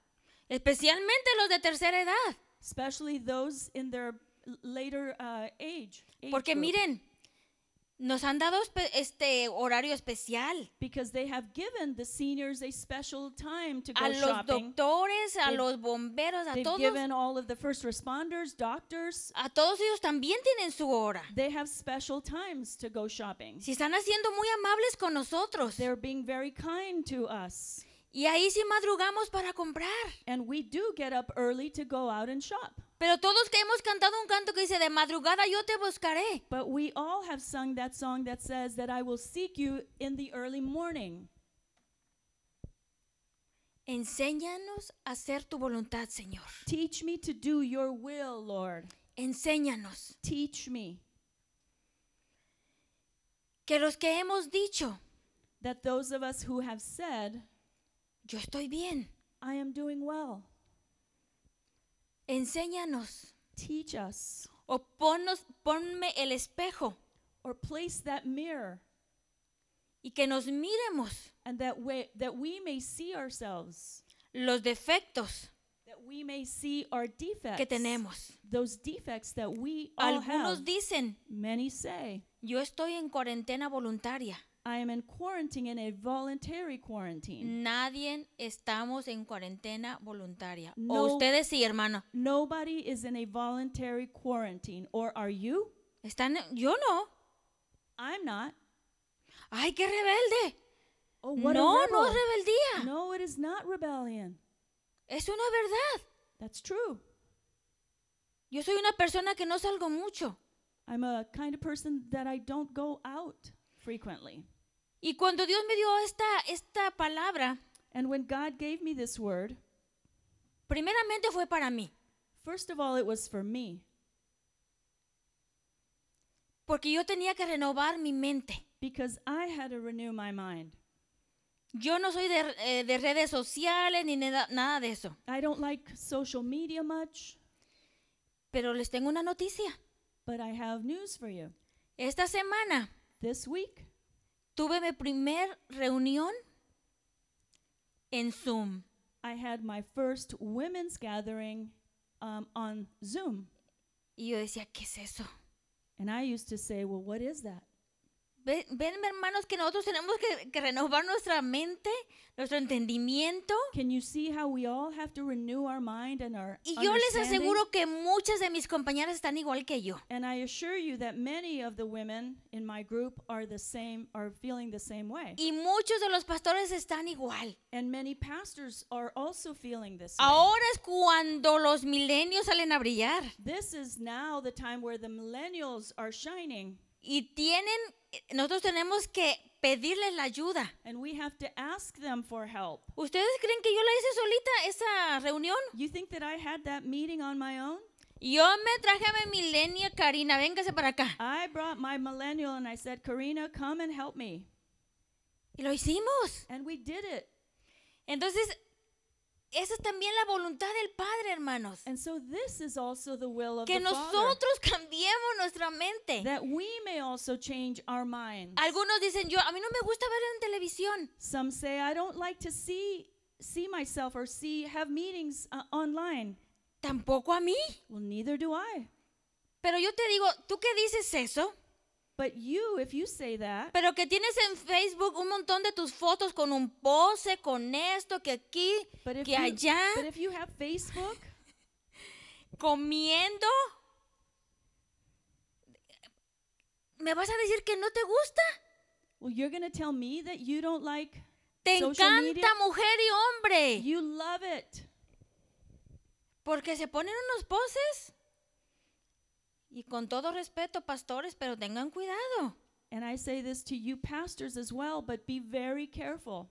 Speaker 1: especialmente los de tercera edad,
Speaker 2: especially those in their l- later uh, age. age
Speaker 1: porque
Speaker 2: group,
Speaker 1: miren, nos han dado espe- este horario especial
Speaker 2: because they have given the seniors a special time to go
Speaker 1: a los
Speaker 2: shopping.
Speaker 1: doctores, a
Speaker 2: They've-
Speaker 1: los bomberos, a
Speaker 2: They've
Speaker 1: todos,
Speaker 2: given all of the first responders, doctors,
Speaker 1: a todos ellos también tienen su hora.
Speaker 2: they have special times to go shopping.
Speaker 1: Si están haciendo muy amables con nosotros
Speaker 2: They're being very kind to us.
Speaker 1: y ahí sí madrugamos para comprar,
Speaker 2: And we do get up early to go out and shop.
Speaker 1: pero todos que hemos cantado un canto que dice de madrugada yo te buscaré.
Speaker 2: But we all have sung that song that says that I will seek you in the early morning.
Speaker 1: Enséñanos a hacer tu voluntad, Señor.
Speaker 2: Teach me to do your will, Lord.
Speaker 1: Enséñanos
Speaker 2: Teach me
Speaker 1: que los que hemos dicho
Speaker 2: that those of us who have said,
Speaker 1: Yo estoy bien.
Speaker 2: I am doing well,
Speaker 1: Enséñanos
Speaker 2: teach us
Speaker 1: o ponnos, ponme el espejo
Speaker 2: or place that mirror
Speaker 1: y que nos miremos
Speaker 2: and that way that we may see ourselves,
Speaker 1: los defectos
Speaker 2: that we may see our defects.
Speaker 1: que tenemos.
Speaker 2: Those defects that we all have.
Speaker 1: Algunos dicen,
Speaker 2: Many say,
Speaker 1: yo estoy en cuarentena voluntaria.
Speaker 2: I am in quarantine in a voluntary
Speaker 1: Mm.
Speaker 2: quarantine.
Speaker 1: Nadie estamos en cuarentena voluntaria.
Speaker 2: No.
Speaker 1: O ustedes sí, hermano.
Speaker 2: Nobody is in a voluntary quarantine. Or are you?
Speaker 1: Están, yo no.
Speaker 2: I'm not.
Speaker 1: Ay, qué rebelde.
Speaker 2: Oh, what a
Speaker 1: No, no es
Speaker 2: rebel.
Speaker 1: rebeldía.
Speaker 2: No, it is not rebellion.
Speaker 1: Es una verdad.
Speaker 2: That's true.
Speaker 1: Yo soy una persona que no salgo mucho.
Speaker 2: I'm a kind of person that I don't go out frequently.
Speaker 1: Y cuando Dios me dio esta, esta palabra,
Speaker 2: And when God gave me this word,
Speaker 1: primeramente fue para mí.
Speaker 2: first of all, it was for me
Speaker 1: Porque yo tenía que renovar mi mente.
Speaker 2: because I had to renew my mind.
Speaker 1: Yo no soy de, eh, de redes sociales ni nada, nada de eso.
Speaker 2: I don't like social media much,
Speaker 1: Pero les tengo una noticia.
Speaker 2: but I have news for you.
Speaker 1: Esta semana
Speaker 2: This week,
Speaker 1: tuve mi primer reunión en Zoom.
Speaker 2: I had my first women's gathering um, on Zoom.
Speaker 1: Y yo decía, ¿qué es eso?
Speaker 2: And I used to say, Well, what is that?
Speaker 1: Ve- Ven, hermanos, que nosotros tenemos que, que renovar nuestra mente, nuestro entendimiento.
Speaker 2: Can you see how we all have to renew our mind and our
Speaker 1: Y yo les
Speaker 2: understanding?
Speaker 1: aseguro que muchas de mis compañeras están igual que yo.
Speaker 2: And I assure you that many of the women in my group are the same, are feeling the same way.
Speaker 1: Y muchos de los pastores están igual.
Speaker 2: And many pastors are also feeling this way.
Speaker 1: Ahora es cuando los milenios salen a brillar
Speaker 2: This is now the time where the millennials are shining,
Speaker 1: y tienen, nosotros tenemos que pedirles la ayuda.
Speaker 2: and we have to ask them for help.
Speaker 1: ¿Ustedes creen que yo la hice solita esa reunión?
Speaker 2: You think that I had that meeting on my own?
Speaker 1: Yo me traje a mi milenia Karina, véngase para acá.
Speaker 2: I brought my millennial and I said, Karina, come and help me.
Speaker 1: Y lo hicimos.
Speaker 2: And we did it.
Speaker 1: Entonces, esa es también la voluntad del Padre, hermanos.
Speaker 2: And so this is also the will of
Speaker 1: Que
Speaker 2: the Father,
Speaker 1: nosotros cambiemos nuestra mente.
Speaker 2: that we may also change our minds.
Speaker 1: Algunos dicen, yo, a mí no me gusta ver en televisión.
Speaker 2: Some say I don't like to see see myself or see have meetings uh, online.
Speaker 1: Tampoco a mí.
Speaker 2: Well, neither do I.
Speaker 1: Pero yo te digo, ¿tú qué dices eso?
Speaker 2: But you, if you say that,
Speaker 1: Pero que tienes en Facebook un montón de tus fotos con un pose, con esto, que aquí,
Speaker 2: but if
Speaker 1: que
Speaker 2: you,
Speaker 1: allá,
Speaker 2: but if you have Facebook,
Speaker 1: comiendo. ¿Me vas a decir que no te gusta?
Speaker 2: well, you're gonna tell me that you don't like.
Speaker 1: Te
Speaker 2: Social
Speaker 1: encanta
Speaker 2: media.
Speaker 1: mujer y hombre.
Speaker 2: You love it
Speaker 1: Porque se ponen unos poses. Y con todo respeto, pastores, pero tengan cuidado.
Speaker 2: and I say this to you pastors as well, but be very careful.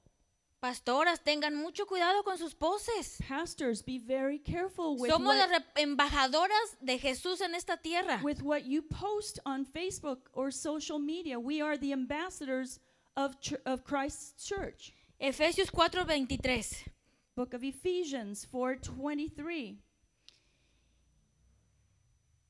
Speaker 1: Pastoras, tengan mucho cuidado con sus poses.
Speaker 2: Pastors, be very careful with
Speaker 1: Somos las
Speaker 2: what,
Speaker 1: rep- embajadoras de Jesús en esta tierra.
Speaker 2: with what you post on Facebook or social media. We are the ambassadors of ch- of Christ's church.
Speaker 1: Efesios 4:23.
Speaker 2: Book of Ephesians 4:23.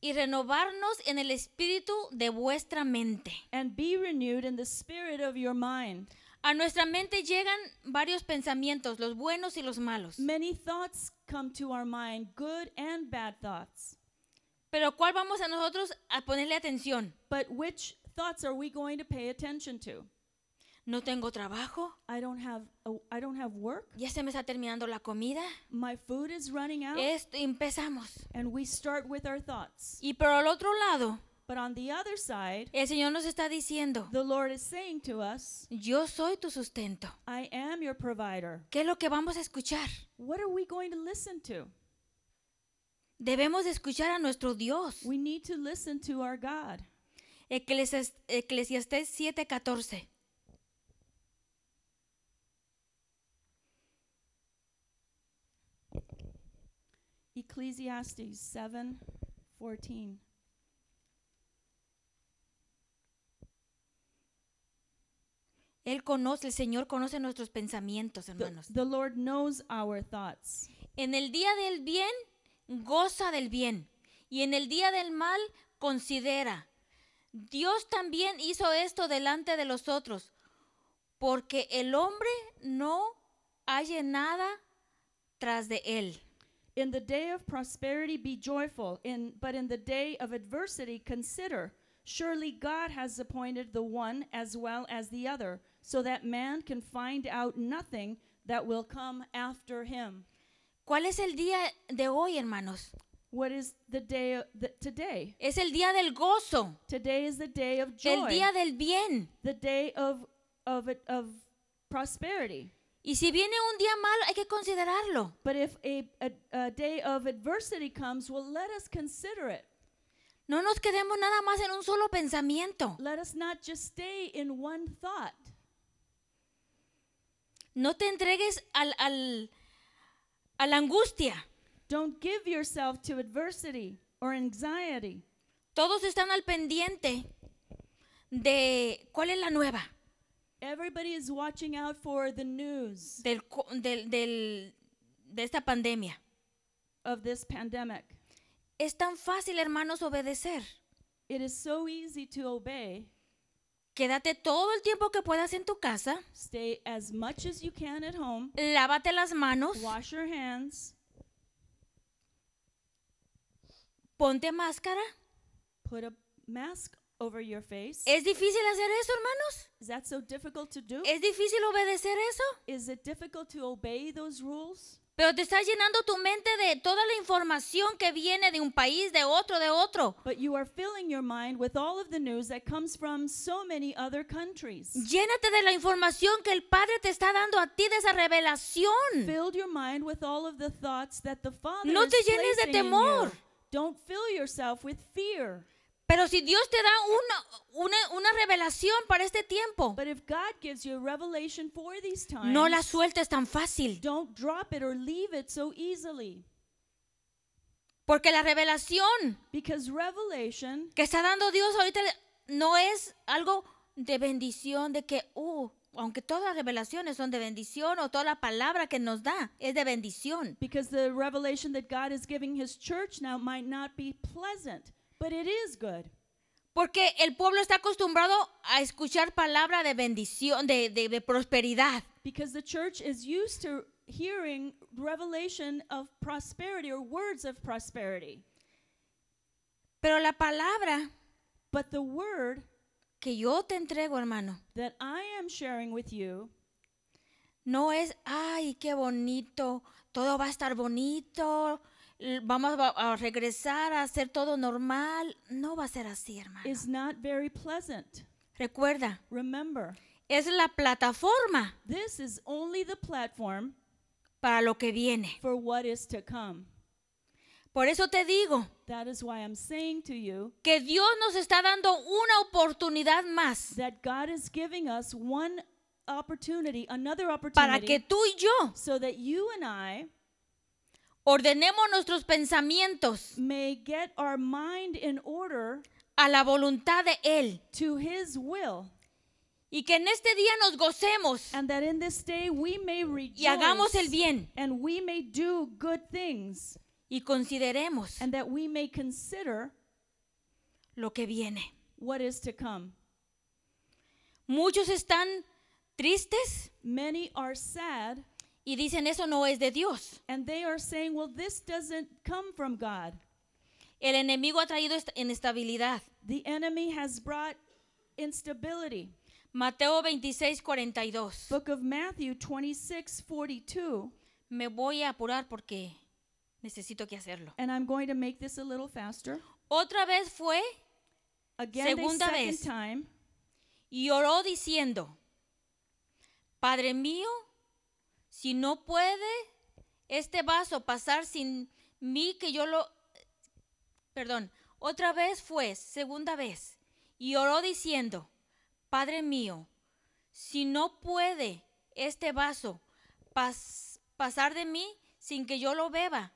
Speaker 1: Y renovarnos en el espíritu de vuestra mente.
Speaker 2: And be renewed in the spirit of your mind.
Speaker 1: A nuestra mente llegan varios pensamientos, los buenos y los malos.
Speaker 2: Many thoughts come to our mind, good and bad thoughts.
Speaker 1: Pero ¿cuál vamos a nosotros a ponerle atención?
Speaker 2: But which thoughts are we going to pay attention to?
Speaker 1: No tengo trabajo.
Speaker 2: I don't have a, I don't have work.
Speaker 1: Ya se me está terminando la comida.
Speaker 2: My food is running out.
Speaker 1: Esto empezamos.
Speaker 2: and we start with our thoughts.
Speaker 1: Y por el otro lado,
Speaker 2: But on the other side,
Speaker 1: el Señor nos está diciendo,
Speaker 2: the Lord is saying to us,
Speaker 1: yo soy tu sustento.
Speaker 2: I am your provider.
Speaker 1: ¿Qué es lo que vamos a escuchar?
Speaker 2: What are we going to listen to?
Speaker 1: Debemos de escuchar a nuestro Dios.
Speaker 2: We need to listen to our God.
Speaker 1: Eclesias- Eclesiastés 7:14.
Speaker 2: Ecclesiastes 7 14.
Speaker 1: Él conoce, el Señor conoce nuestros pensamientos,
Speaker 2: The,
Speaker 1: hermanos.
Speaker 2: the Lord knows our thoughts.
Speaker 1: En el día del bien, goza del bien. Y en el día del mal, considera. Dios también hizo esto delante de los otros, porque el hombre no halle nada tras de él.
Speaker 2: In the day of prosperity, be joyful. In, but in the day of adversity, consider. Surely God has appointed the one as well as the other, so that man can find out nothing that will come after him.
Speaker 1: ¿Cuál es el día de hoy, hermanos?
Speaker 2: What is the day of the, today?
Speaker 1: Es el día del gozo,
Speaker 2: Today is the day of
Speaker 1: el
Speaker 2: joy,
Speaker 1: día del bien.
Speaker 2: the day of, of, it- of prosperity.
Speaker 1: Y si viene un día malo, hay que considerarlo.
Speaker 2: But if a, a, a day of adversity comes, well, let us consider it.
Speaker 1: No nos quedemos nada más en un solo pensamiento.
Speaker 2: Let us not just stay in one thought.
Speaker 1: No te entregues al, al- a la angustia.
Speaker 2: Don't give yourself to adversity or anxiety.
Speaker 1: Todos están al pendiente de cuál es la nueva,
Speaker 2: Everybody is watching out for the news
Speaker 1: del co- del- del- de esta pandemia.
Speaker 2: of this pandemic.
Speaker 1: Es tan fácil, hermanos, obedecer.
Speaker 2: It is so easy to obey.
Speaker 1: Quédate todo el tiempo que puedas en tu casa,
Speaker 2: Stay as much as you can at home,
Speaker 1: lávate las manos,
Speaker 2: wash your hands,
Speaker 1: ponte máscara.
Speaker 2: put a mask over your face.
Speaker 1: ¿Es difícil hacer eso, hermanos?
Speaker 2: Is that so difficult to do?
Speaker 1: ¿Es difícil obedecer eso?
Speaker 2: Is it difficult to obey those rules?
Speaker 1: Pero te estás llenando tu mente de toda la información que viene de un país, de otro, de otro.
Speaker 2: But you are filling your mind with all of the news that comes from so many other countries.
Speaker 1: Llénate de la información que el Padre te está dando a ti, de esa revelación.
Speaker 2: Fill your mind with all of the thoughts that the Father
Speaker 1: Mm. No
Speaker 2: is
Speaker 1: te llenes de
Speaker 2: placing in
Speaker 1: temor.
Speaker 2: you. Don't fill yourself with fear.
Speaker 1: Pero si Dios te da una, una, una revelación para este tiempo,
Speaker 2: But if God gives you a revelation for these times,
Speaker 1: no la sueltes tan fácil.
Speaker 2: don't drop it or leave it so easily.
Speaker 1: Porque la revelación
Speaker 2: Because revelation
Speaker 1: que está dando Dios ahorita no es algo de bendición, de que, uh, aunque todas las revelaciones son de bendición o toda la palabra que nos da es de bendición.
Speaker 2: Because the revelation that God is giving his church now might not be pleasant, but it is good.
Speaker 1: Porque el pueblo está acostumbrado a escuchar palabra de bendición, de, de- de prosperidad.
Speaker 2: Because the church is used to hearing revelation of prosperity or words of prosperity.
Speaker 1: Pero la palabra
Speaker 2: But the word
Speaker 1: que yo te entrego, hermano,
Speaker 2: that I am sharing with you
Speaker 1: no es, ay, qué bonito, todo va a estar bonito, l- vamos a, a regresar a hacer todo normal. No va a ser así, hermano.
Speaker 2: is not very pleasant.
Speaker 1: Recuerda,
Speaker 2: Remember,
Speaker 1: es la plataforma
Speaker 2: this is only the platform
Speaker 1: para lo que viene.
Speaker 2: for what is to come.
Speaker 1: Por eso te digo
Speaker 2: That is why I'm saying to you
Speaker 1: que Dios nos está dando una oportunidad más
Speaker 2: that God is giving us one opportunity, another
Speaker 1: para
Speaker 2: opportunity,
Speaker 1: que tú y yo
Speaker 2: so that you and I
Speaker 1: ordenemos nuestros pensamientos
Speaker 2: may get our mind in order
Speaker 1: a la voluntad de Él
Speaker 2: to his will
Speaker 1: y que en este día nos gocemos
Speaker 2: and that in this day we may
Speaker 1: y hagamos el
Speaker 2: rejoice
Speaker 1: bien
Speaker 2: and we may do good things
Speaker 1: y consideremos
Speaker 2: and that we may consider
Speaker 1: lo que viene.
Speaker 2: what is to come
Speaker 1: Muchos están tristes
Speaker 2: many are sad
Speaker 1: y dicen eso no es de Dios.
Speaker 2: and they are saying well this doesn't come from god
Speaker 1: El enemigo ha traído esta- inestabilidad.
Speaker 2: the enemy has brought instability
Speaker 1: Mateo 26, 42.
Speaker 2: book of matthew 26 42
Speaker 1: Me voy a apurar porque necesito que hacerlo.
Speaker 2: and i'm going to make this a little faster
Speaker 1: Otra vez fue
Speaker 2: again the
Speaker 1: Segunda
Speaker 2: second
Speaker 1: vez.
Speaker 2: time
Speaker 1: y oró diciendo, Padre mío, si no puede este vaso pasar sin mí, que yo lo... Perdón, otra vez fue, segunda vez, y oró diciendo, Padre mío, si no puede este vaso pas- pasar de mí sin que yo lo beba,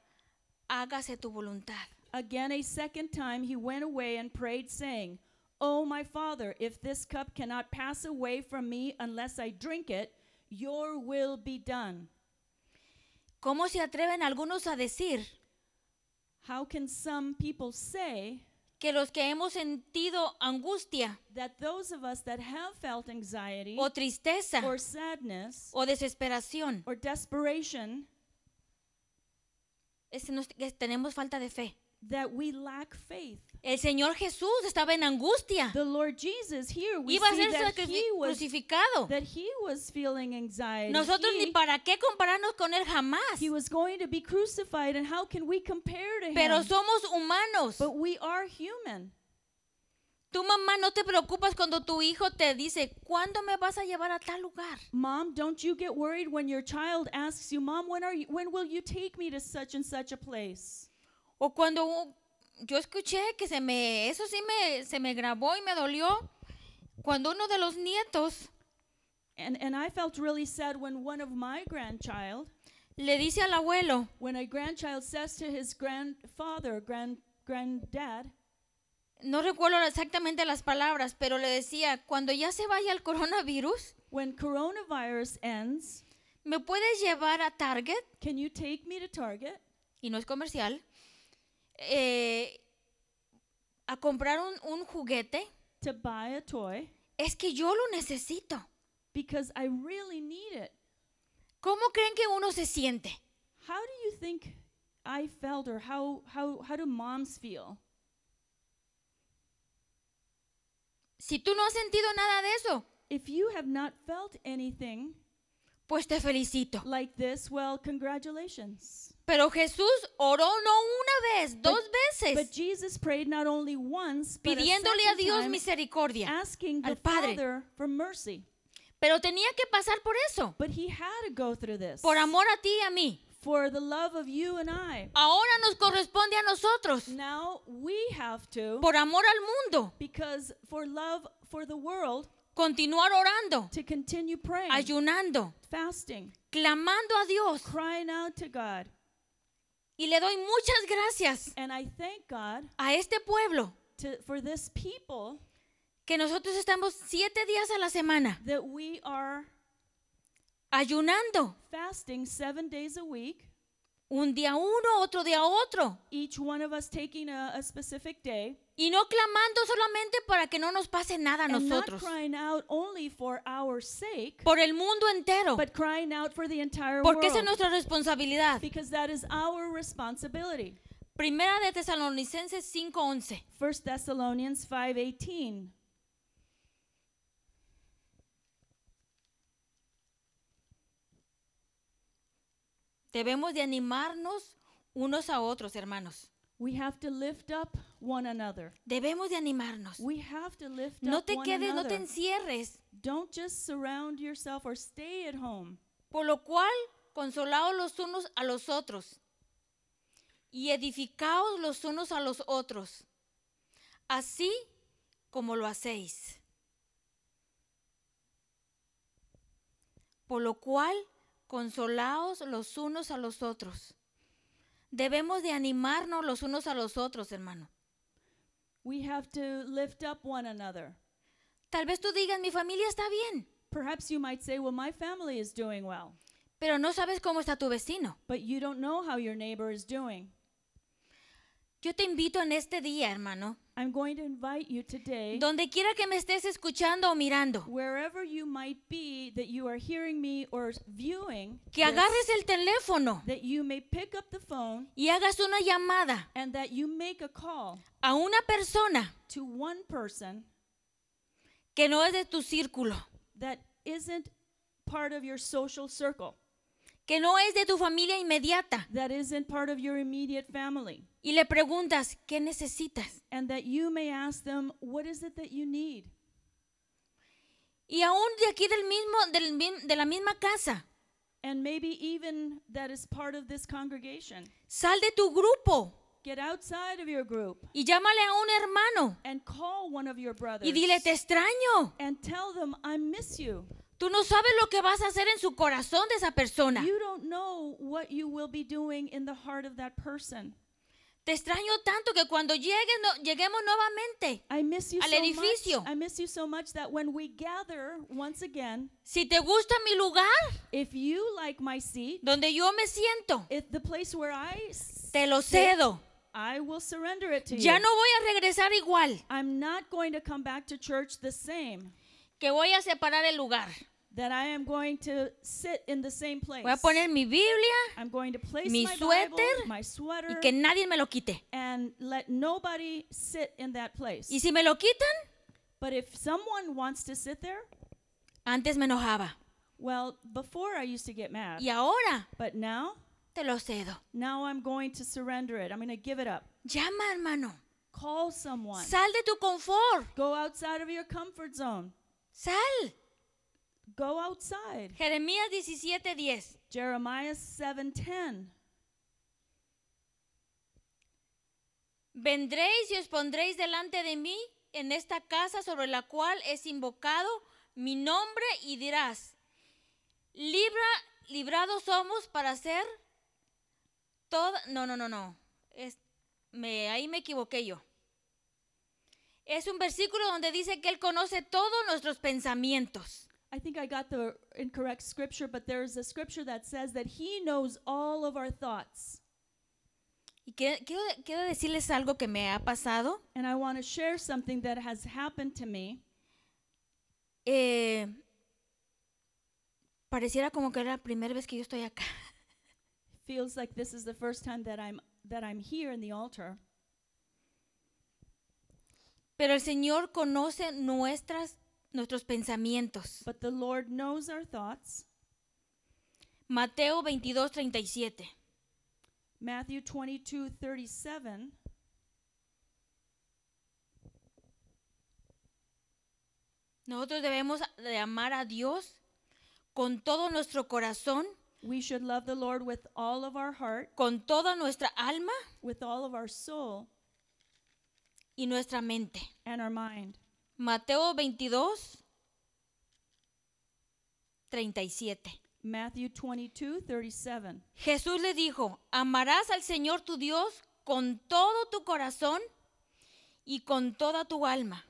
Speaker 1: hágase tu voluntad.
Speaker 2: Again, a second time, he went away and prayed, saying, O my father, if this cup cannot pass away from me unless I drink it, your will be done.
Speaker 1: ¿Cómo se atreven algunos a decir
Speaker 2: How can some people say
Speaker 1: que los que hemos sentido angustia
Speaker 2: that those of us that have felt anxiety
Speaker 1: o tristeza
Speaker 2: or sadness
Speaker 1: o desesperación
Speaker 2: or desperation,
Speaker 1: es nos- que tenemos falta de fe.
Speaker 2: that we lack faith.
Speaker 1: El Señor Jesús estaba en angustia.
Speaker 2: The Lord Jesus here we
Speaker 1: Iba a
Speaker 2: see
Speaker 1: ser
Speaker 2: that
Speaker 1: sacrifi-
Speaker 2: he was
Speaker 1: crucificado.
Speaker 2: that he was feeling anxiety.
Speaker 1: Nosotros
Speaker 2: he,
Speaker 1: ni para qué compararnos con Él jamás.
Speaker 2: he was going to be crucified, and how can we compare to
Speaker 1: Pero
Speaker 2: him?
Speaker 1: somos humanos.
Speaker 2: but we are human.
Speaker 1: Tu mamá no te preocupas cuando tu hijo te dice, ¿cuándo me vas a llevar a tal lugar?
Speaker 2: Mom, don't you get worried when your child asks you, "Mom, when are you? When will you take me to such and such a place?"
Speaker 1: O cuando u- yo escuché que se me, eso sí me, se me grabó y me dolió, cuando uno de los nietos
Speaker 2: And and I felt really sad when one of my grandchild,
Speaker 1: le dice al abuelo,
Speaker 2: when a grandchild says to his grandfather, grand granddad,
Speaker 1: no recuerdo exactamente las palabras, pero le decía, cuando ya se vaya el coronavirus,
Speaker 2: when coronavirus ends,
Speaker 1: ¿me puedes llevar a Target?
Speaker 2: can you take me to Target?
Speaker 1: Y no es comercial. eh, a comprar un, un juguete.
Speaker 2: to buy a toy
Speaker 1: Es que yo lo necesito.
Speaker 2: because I really need it.
Speaker 1: ¿Cómo creen que uno se siente?
Speaker 2: How do you think I felt or how how how do moms feel?
Speaker 1: Si tú no has sentido nada de eso,
Speaker 2: If you have not felt anything
Speaker 1: pues te felicito.
Speaker 2: like this, well, congratulations.
Speaker 1: Pero Jesús oró no una vez, dos
Speaker 2: But
Speaker 1: veces,
Speaker 2: Jesus prayed not only once, but a
Speaker 1: pidiéndole a
Speaker 2: second
Speaker 1: Dios
Speaker 2: time,
Speaker 1: misericordia.
Speaker 2: asking
Speaker 1: al
Speaker 2: the
Speaker 1: Padre.
Speaker 2: Father for mercy.
Speaker 1: Pero tenía que pasar por eso,
Speaker 2: But he had to go through this
Speaker 1: por amor a ti y a mí.
Speaker 2: for the love of you and I.
Speaker 1: Ahora nos corresponde a nosotros,
Speaker 2: Now we have to
Speaker 1: por amor al mundo,
Speaker 2: because for love for the world
Speaker 1: continuar orando,
Speaker 2: to continue praying,
Speaker 1: ayunando,
Speaker 2: fasting.
Speaker 1: clamando a Dios.
Speaker 2: crying out to God.
Speaker 1: Y le doy muchas gracias
Speaker 2: And I thank God
Speaker 1: a este pueblo
Speaker 2: to, for this people
Speaker 1: que nosotros estamos siete días a la semana
Speaker 2: that we are
Speaker 1: ayunando,
Speaker 2: fasting seven days a week,
Speaker 1: un día uno, otro día otro,
Speaker 2: each one of us taking a, a specific day,
Speaker 1: y no clamando solamente para que no nos pase nada a
Speaker 2: and not
Speaker 1: nosotros,
Speaker 2: crying out only for our sake,
Speaker 1: por el mundo entero,
Speaker 2: but crying out for the entire
Speaker 1: porque esa es
Speaker 2: world.
Speaker 1: nuestra responsabilidad.
Speaker 2: Because that is our responsibility.
Speaker 1: Primera de Tesalonicenses 5:11.
Speaker 2: 1 Thessalonians 5:18.
Speaker 1: Debemos de animarnos unos a otros, hermanos.
Speaker 2: We have to lift up one another.
Speaker 1: Debemos de animarnos.
Speaker 2: We have to lift
Speaker 1: No
Speaker 2: up
Speaker 1: te
Speaker 2: one
Speaker 1: quedes, no
Speaker 2: another.
Speaker 1: te encierres.
Speaker 2: Don't just surround yourself or stay at home.
Speaker 1: Por lo cual, consolaos los unos a los otros y edificaos los unos a los otros, así como lo hacéis. Por lo cual, consolaos los unos a los otros. Debemos de animarnos los unos a los otros, hermano.
Speaker 2: We have to lift up one another.
Speaker 1: Tal vez tú digas, mi familia está bien,
Speaker 2: Perhaps you might say, Well, my family is doing well,
Speaker 1: pero no sabes cómo está tu vecino.
Speaker 2: but you don't know how your neighbor is doing.
Speaker 1: Yo te invito en este día, hermano,
Speaker 2: I'm going to invite you today,
Speaker 1: Donde quiera que me estés escuchando o mirando,
Speaker 2: wherever you might be that you are hearing me or s- viewing,
Speaker 1: que
Speaker 2: this,
Speaker 1: agarres el teléfono
Speaker 2: that you may pick up the phone
Speaker 1: y hagas una llamada
Speaker 2: and that you make a call
Speaker 1: a una persona
Speaker 2: to one person
Speaker 1: que no es de tu círculo,
Speaker 2: that isn't part of your social circle,
Speaker 1: que no es de tu familia inmediata,
Speaker 2: that isn't part of your immediate family,
Speaker 1: y le preguntas, ¿qué necesitas?
Speaker 2: and that you may ask them, What is it that you need?
Speaker 1: Y aún de aquí del mismo, del mi- de la misma casa,
Speaker 2: And maybe even that is part of this congregation.
Speaker 1: sal de tu grupo
Speaker 2: Get outside of your group
Speaker 1: y llámale a un hermano
Speaker 2: and call one of your brothers
Speaker 1: y dile, te extraño.
Speaker 2: and tell them, I miss you.
Speaker 1: Tú no sabes lo que vas a hacer en su corazón de esa persona.
Speaker 2: You don't know what you will be doing in the heart of that person.
Speaker 1: Te extraño tanto que cuando llegues, no- lleguemos nuevamente
Speaker 2: I miss you
Speaker 1: Al
Speaker 2: so
Speaker 1: edificio.
Speaker 2: much. I miss you so much that when we gather once again,
Speaker 1: Si te gusta mi lugar
Speaker 2: if you like my seat,
Speaker 1: donde yo me siento,
Speaker 2: if the place where I s-
Speaker 1: te lo cedo.
Speaker 2: I will surrender it to
Speaker 1: Ya
Speaker 2: you.
Speaker 1: no voy a regresar igual,
Speaker 2: I'm not going to come back to church the same.
Speaker 1: que voy a separar el lugar.
Speaker 2: that I am going to sit in the same place.
Speaker 1: Voy a poner mi Biblia
Speaker 2: I'm going to place
Speaker 1: mi
Speaker 2: my Bible,
Speaker 1: suéter
Speaker 2: my sweater,
Speaker 1: y que nadie me lo quite.
Speaker 2: and let nobody sit in that place.
Speaker 1: Y si me lo quitan,
Speaker 2: But if someone wants to sit there,
Speaker 1: antes me enojaba.
Speaker 2: well, before I used to get mad,
Speaker 1: Y ahora
Speaker 2: but now,
Speaker 1: te lo cedo.
Speaker 2: now I'm going to surrender it. I'm going to give it up.
Speaker 1: Llama, hermano.
Speaker 2: Call someone.
Speaker 1: Sal de tu confort.
Speaker 2: Go outside of your comfort zone.
Speaker 1: Sal.
Speaker 2: Go outside.
Speaker 1: Jeremías 17:10.
Speaker 2: Jeremiah 7:10.
Speaker 1: Vendréis y os pondréis delante de mí en esta casa sobre la cual es invocado mi nombre y dirás, libra, librados somos para hacer toda... No, no, no, no. Es- me- ahí me equivoqué yo. Es un versículo donde dice que Él conoce todos nuestros pensamientos.
Speaker 2: I think I got the incorrect scripture, but there is a scripture that says that he knows all of our thoughts.
Speaker 1: Y que- quiero, quiero decirles algo que me ha pasado.
Speaker 2: And I want to share something that has happened to me.
Speaker 1: Eh, pareciera como que era la primera vez que yo estoy acá.
Speaker 2: Feels like this is the first time that I'm that I'm here in the altar.
Speaker 1: Pero el Señor conoce nuestras, nuestros pensamientos.
Speaker 2: But the Lord knows our thoughts.
Speaker 1: Mateo 22, 37.
Speaker 2: Matthew 22:37.
Speaker 1: Nosotros debemos de amar a Dios con todo nuestro corazón,
Speaker 2: We should love the Lord with all of our heart,
Speaker 1: con toda nuestra alma
Speaker 2: with all of our soul,
Speaker 1: y nuestra mente.
Speaker 2: and our mind.
Speaker 1: Mateo 22, 37.
Speaker 2: Matthew 22:37.
Speaker 1: Jesús le dijo, amarás al Señor tu Dios con todo tu corazón y con toda tu alma.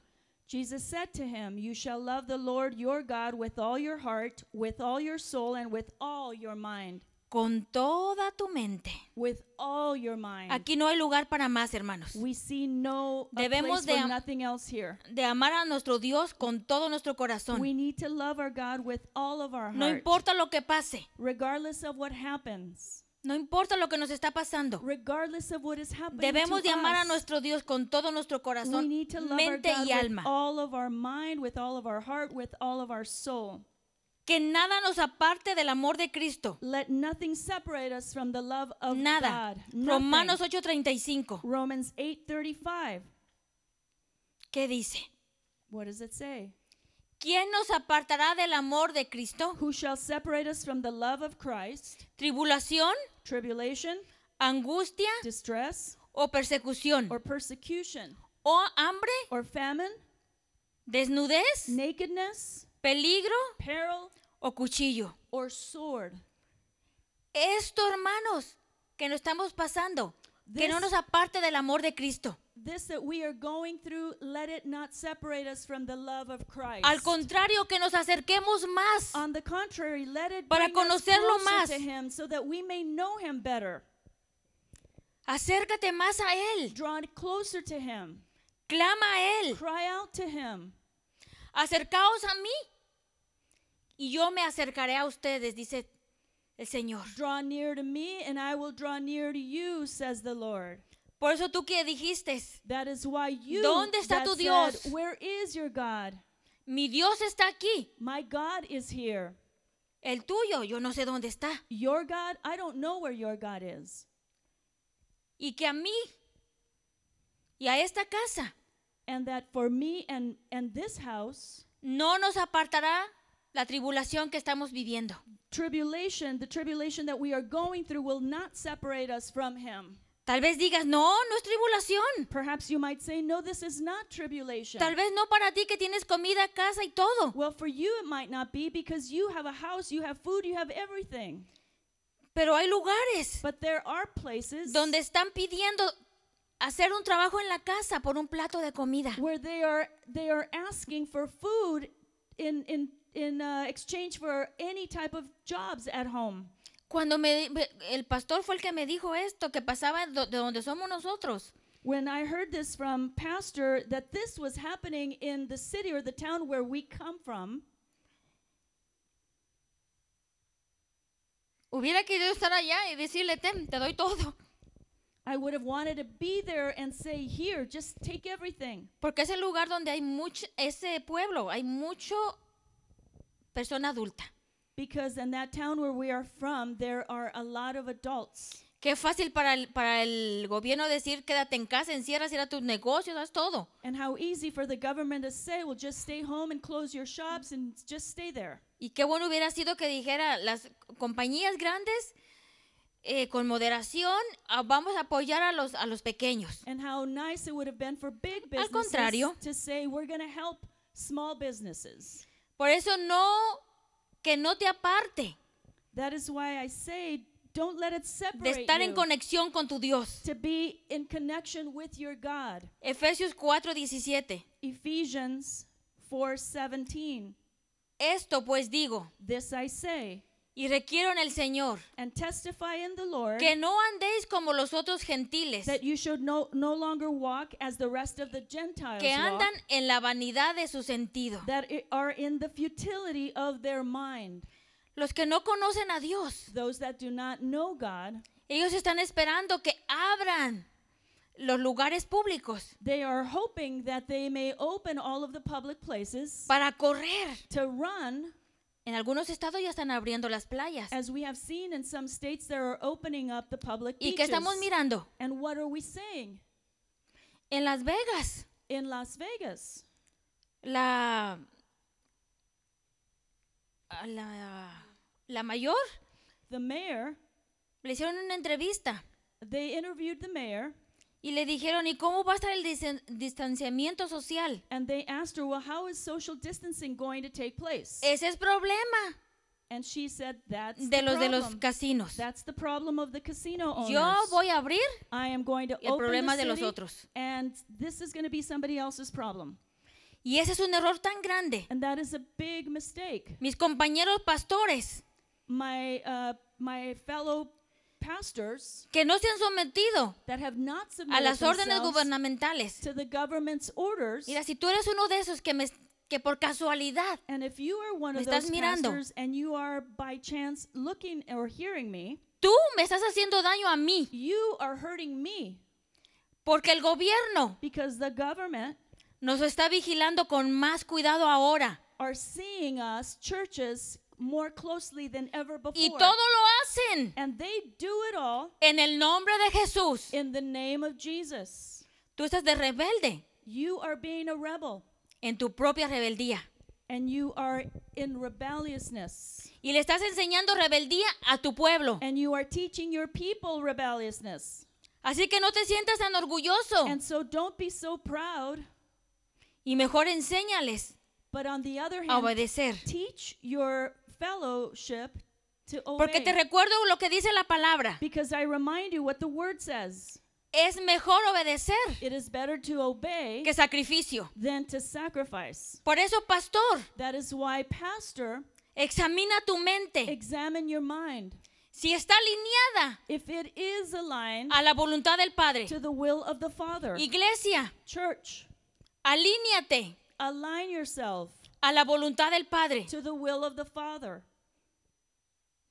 Speaker 2: Jesus said to him, You shall love the Lord your God with all your heart, with all your soul, and with all your mind.
Speaker 1: con toda tu mente.
Speaker 2: With all your mind.
Speaker 1: Aquí no hay lugar para más, hermanos.
Speaker 2: we see no a
Speaker 1: Debemos
Speaker 2: place
Speaker 1: de
Speaker 2: for
Speaker 1: am-
Speaker 2: nothing else here.
Speaker 1: De amar a nuestro Dios con todo nuestro
Speaker 2: We
Speaker 1: corazón.
Speaker 2: need to love our God with all of our
Speaker 1: No
Speaker 2: heart,
Speaker 1: importa lo que pase,
Speaker 2: regardless of what happens,
Speaker 1: no importa lo que nos está pasando.
Speaker 2: regardless of what is happening
Speaker 1: Debemos de
Speaker 2: to
Speaker 1: amar a
Speaker 2: us.
Speaker 1: nuestro Dios con todo nuestro
Speaker 2: we
Speaker 1: corazón,
Speaker 2: need to love our
Speaker 1: mente
Speaker 2: God
Speaker 1: y
Speaker 2: with
Speaker 1: alma.
Speaker 2: all of our mind, with all of our heart, with all of our soul.
Speaker 1: Que nada nos aparte del amor de Cristo.
Speaker 2: Let nothing separate us from the love of
Speaker 1: Nada.
Speaker 2: God. Nothing.
Speaker 1: Romanos 8:35.
Speaker 2: Romans 8:35.
Speaker 1: ¿Qué dice?
Speaker 2: What does it say?
Speaker 1: ¿Quién nos apartará del amor de Cristo?
Speaker 2: Who shall separate us from the love of Christ?
Speaker 1: ¿Tribulación,
Speaker 2: Tribulation,
Speaker 1: angustia
Speaker 2: distress,
Speaker 1: o persecución?
Speaker 2: or persecution,
Speaker 1: ¿O hambre,
Speaker 2: or famine,
Speaker 1: desnudez?
Speaker 2: nakedness,
Speaker 1: peligro
Speaker 2: peril,
Speaker 1: o cuchillo.
Speaker 2: or sword.
Speaker 1: Esto, hermanos, que nos estamos pasando, que no
Speaker 2: This-
Speaker 1: nos aparte del amor de Cristo.
Speaker 2: This that we are going through, let it not separate us from the love of Christ.
Speaker 1: Al contrario, que nos acerquemos más.
Speaker 2: On the contrary, let it
Speaker 1: Para
Speaker 2: bring us
Speaker 1: conocerlo
Speaker 2: closer
Speaker 1: más.
Speaker 2: to him so that we may know him better.
Speaker 1: Acércate más a Él.
Speaker 2: Draw closer to him.
Speaker 1: Clama a Él.
Speaker 2: Cry out to him.
Speaker 1: Acercaos a mí. Y yo me acercaré a ustedes, dice el Señor.
Speaker 2: Draw near to me, and I will draw near to you, says the Lord.
Speaker 1: Por eso tú que dijiste,
Speaker 2: That is why you
Speaker 1: ¿Dónde está
Speaker 2: that
Speaker 1: tu
Speaker 2: said,
Speaker 1: Dios?
Speaker 2: Where is your God?
Speaker 1: mi Dios está aquí.
Speaker 2: My God is here.
Speaker 1: El tuyo, yo no sé dónde está.
Speaker 2: Your God, I don't know where your God is.
Speaker 1: Y que a mí y a esta casa
Speaker 2: And that for me and and this house,
Speaker 1: no nos apartará la tribulación que estamos viviendo.
Speaker 2: tribulation, the tribulation that we are going through will not separate us from him.
Speaker 1: Tal vez digas, no, no es tribulación.
Speaker 2: Perhaps you might say, no, this is not tribulation.
Speaker 1: Tal vez no para ti que tienes comida, casa y todo.
Speaker 2: well, for you it might not be because you have a house, you have food, you have everything.
Speaker 1: Pero hay lugares
Speaker 2: But there are places
Speaker 1: donde están pidiendo hacer un trabajo en la casa por un plato de comida.
Speaker 2: where they are they are asking for food in in in uh, exchange for any type of jobs at home.
Speaker 1: Cuando me, me- el pastor fue el que me dijo esto, que pasaba do- de donde somos nosotros.
Speaker 2: When I heard this from pastor that this was happening in the city or the town where we come from,
Speaker 1: Hubiera querido estar allá y decirle, Tem, te doy todo.
Speaker 2: I would have wanted to be there and say, Here, just take everything.
Speaker 1: Porque es el lugar donde hay mucho, ese pueblo, hay mucho persona adulta.
Speaker 2: Because in that town where we are from, there are a lot of adults.
Speaker 1: Qué fácil para el, para el gobierno decir, quédate en casa, encierras, ir a tus negocios, haz todo.
Speaker 2: And how easy for the government to say, Well, just stay home and close your shops and just stay there.
Speaker 1: Y qué bueno hubiera sido que dijera las compañías grandes, eh, con moderación, ah, vamos a apoyar a los, a los pequeños.
Speaker 2: And how nice it would have been for big businesses
Speaker 1: contrario.
Speaker 2: to say, We're going to help small businesses.
Speaker 1: Por eso no, que no te aparte
Speaker 2: That is why I say, Don't let it separate
Speaker 1: de estar en
Speaker 2: you
Speaker 1: conexión con tu Dios.
Speaker 2: to be in connection with your God.
Speaker 1: Efesios 4:17.
Speaker 2: Ephesians 4:17
Speaker 1: Esto pues digo
Speaker 2: This I say
Speaker 1: y requiero en el Señor
Speaker 2: and testify in the Lord
Speaker 1: que no andéis como los otros gentiles
Speaker 2: that you should no, no longer walk as the rest of the Gentiles
Speaker 1: que andan
Speaker 2: walk,
Speaker 1: en la vanidad de su sentido.
Speaker 2: that i- are in the futility of their mind
Speaker 1: Los que no conocen a Dios,
Speaker 2: those that do not know God
Speaker 1: ellos están esperando que abran los lugares públicos
Speaker 2: they are hoping that they may open all of the public places
Speaker 1: para correr.
Speaker 2: to run
Speaker 1: En algunos estados ya están abriendo las playas.
Speaker 2: as we have seen in some states that are opening up the public
Speaker 1: ¿Y qué
Speaker 2: beaches
Speaker 1: estamos mirando?
Speaker 2: and what are we saying
Speaker 1: En Las Vegas,
Speaker 2: in Las Vegas
Speaker 1: la a la, la mayor
Speaker 2: the mayor
Speaker 1: le hicieron una entrevista
Speaker 2: they interviewed the mayor
Speaker 1: y le dijeron, ¿y cómo va a estar el disen- distanciamiento social?
Speaker 2: And they asked her, Well, how is social distancing going to take place?
Speaker 1: Ese es problema
Speaker 2: And she said, That's
Speaker 1: Eh, de
Speaker 2: the
Speaker 1: los de
Speaker 2: problem.
Speaker 1: los casinos.
Speaker 2: That's the problem of the casino owners.
Speaker 1: Yo voy a abrir
Speaker 2: I am going to
Speaker 1: el
Speaker 2: open
Speaker 1: problema
Speaker 2: the
Speaker 1: de los
Speaker 2: city,
Speaker 1: otros.
Speaker 2: And this is going to be somebody else's problem.
Speaker 1: y ese es un error tan grande.
Speaker 2: And that is a big mistake.
Speaker 1: Mis compañeros pastores
Speaker 2: My, uh, my fellow pastors
Speaker 1: que no se han sometido
Speaker 2: that have not
Speaker 1: a
Speaker 2: submitted
Speaker 1: las órdenes
Speaker 2: themselves
Speaker 1: gubernamentales.
Speaker 2: to the government's orders,
Speaker 1: Mira, si tú eres uno de esos que me que por casualidad
Speaker 2: and if you are one
Speaker 1: Me
Speaker 2: of
Speaker 1: estás
Speaker 2: those
Speaker 1: mirando.
Speaker 2: pastors and you are by chance looking or hearing me,
Speaker 1: tú me estás haciendo daño a mí
Speaker 2: you are hurting me
Speaker 1: porque el gobierno
Speaker 2: because the government
Speaker 1: nos está vigilando con más cuidado ahora
Speaker 2: are seeing us churches more closely than ever before.
Speaker 1: y todo lo hacen
Speaker 2: and they do it all
Speaker 1: en el nombre de Jesús.
Speaker 2: in the name of Jesus.
Speaker 1: Tú estás de rebelde
Speaker 2: You are being a rebel
Speaker 1: en tu propia rebeldía
Speaker 2: and you are in rebelliousness
Speaker 1: y le estás enseñando rebeldía a tu pueblo.
Speaker 2: and you are teaching your people rebelliousness.
Speaker 1: Así que no te sientas tan orgulloso
Speaker 2: And so don't be so proud,
Speaker 1: y mejor enséñales
Speaker 2: but on the other
Speaker 1: a
Speaker 2: hand,
Speaker 1: obedecer.
Speaker 2: teach your fellowship to
Speaker 1: Porque te
Speaker 2: obey.
Speaker 1: recuerdo lo que dice la palabra.
Speaker 2: Because I remind you what the word says.
Speaker 1: Es mejor obedecer
Speaker 2: It is better to obey
Speaker 1: que sacrificio.
Speaker 2: than to sacrifice.
Speaker 1: Por eso, pastor,
Speaker 2: That is why, Pastor,
Speaker 1: examina tu mente.
Speaker 2: examine your mind.
Speaker 1: Si está alineada
Speaker 2: If it is aligned
Speaker 1: a la voluntad del Padre.
Speaker 2: to the will of the Father,
Speaker 1: Iglesia,
Speaker 2: church,
Speaker 1: alíñate
Speaker 2: align yourself
Speaker 1: a la voluntad del Padre.
Speaker 2: to the will of the Father.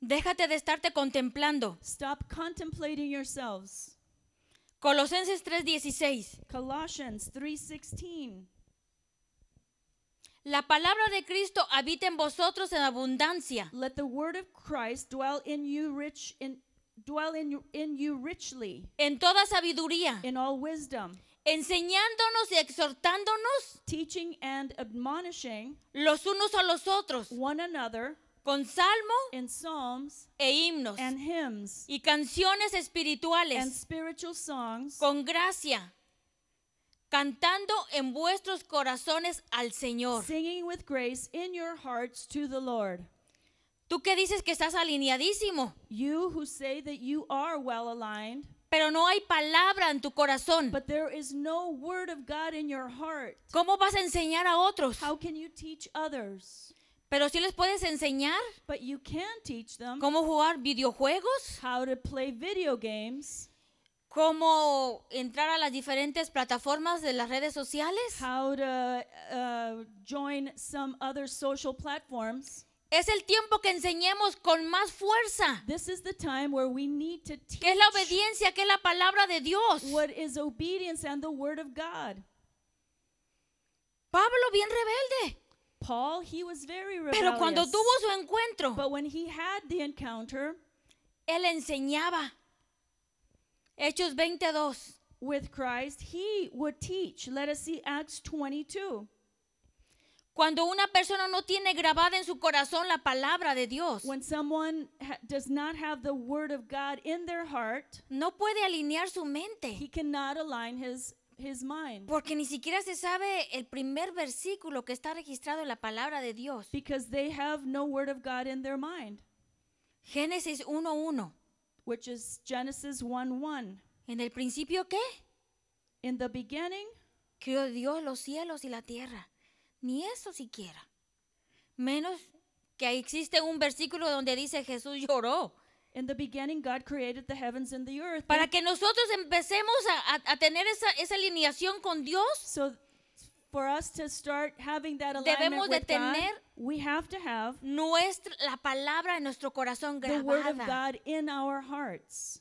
Speaker 1: Déjate de estarte contemplando.
Speaker 2: Stop contemplating yourselves.
Speaker 1: Colosenses 3:16.
Speaker 2: Colossians 3:16.
Speaker 1: La palabra de Cristo habita en vosotros en abundancia,
Speaker 2: Let the word of Christ dwell in you rich in dwell in you, in you richly
Speaker 1: en toda sabiduría,
Speaker 2: in all wisdom,
Speaker 1: enseñándonos y exhortándonos
Speaker 2: teaching and admonishing
Speaker 1: los unos a los otros
Speaker 2: one another
Speaker 1: con salmo
Speaker 2: in psalms
Speaker 1: e himnos
Speaker 2: and hymns
Speaker 1: y canciones
Speaker 2: and
Speaker 1: espirituales
Speaker 2: spiritual songs
Speaker 1: con gracia, cantando en vuestros corazones al Señor.
Speaker 2: singing with grace in your hearts to the Lord.
Speaker 1: Tú que dices que estás alineadísimo,
Speaker 2: You who say that you are well aligned,
Speaker 1: pero no hay palabra en tu corazón.
Speaker 2: but there is no word of God in your heart.
Speaker 1: ¿Cómo vas a enseñar a otros?
Speaker 2: How can you teach others?
Speaker 1: Pero sí les puedes enseñar
Speaker 2: But you can teach them
Speaker 1: cómo jugar videojuegos,
Speaker 2: how to play video games,
Speaker 1: cómo entrar a las diferentes plataformas de las redes sociales
Speaker 2: how to uh, join some other social platforms,
Speaker 1: Es el tiempo que enseñemos con más fuerza,
Speaker 2: This is the time where we need to teach
Speaker 1: que es la obediencia, que es la palabra de Dios.
Speaker 2: what is obedience and the word of God.
Speaker 1: Pablo bien rebelde,
Speaker 2: Paul, he was very rebellious.
Speaker 1: pero cuando tuvo su encuentro,
Speaker 2: but when he had the encounter
Speaker 1: él enseñaba. Hechos 22.
Speaker 2: with Christ, he would teach. Let us see Acts 22.
Speaker 1: Cuando una persona no tiene grabada en su corazón la palabra de Dios,
Speaker 2: When someone ha- does not have the word of God in their heart,
Speaker 1: no puede alinear su
Speaker 2: he
Speaker 1: mente,
Speaker 2: cannot align his his mind
Speaker 1: porque ni siquiera se sabe el primer versículo que está registrado en la palabra de Dios.
Speaker 2: because they have no word of God in their mind,
Speaker 1: Génesis 1.1.
Speaker 2: which is Genesis 1:1.
Speaker 1: ¿En el principio qué?
Speaker 2: In the beginning,
Speaker 1: Creó Dios los cielos y la tierra. Ni eso siquiera. Menos que ahí existe un versículo donde dice Jesús lloró.
Speaker 2: in the beginning God created the heavens and the earth.
Speaker 1: Para que nosotros empecemos a, a- a tener esa, esa alineación con Dios,
Speaker 2: So for us to start having that
Speaker 1: Debemos
Speaker 2: alignment
Speaker 1: de
Speaker 2: with God,
Speaker 1: tener
Speaker 2: we have to have
Speaker 1: nuestra, la palabra en nuestro corazón
Speaker 2: the word of
Speaker 1: grabada.
Speaker 2: God in our hearts.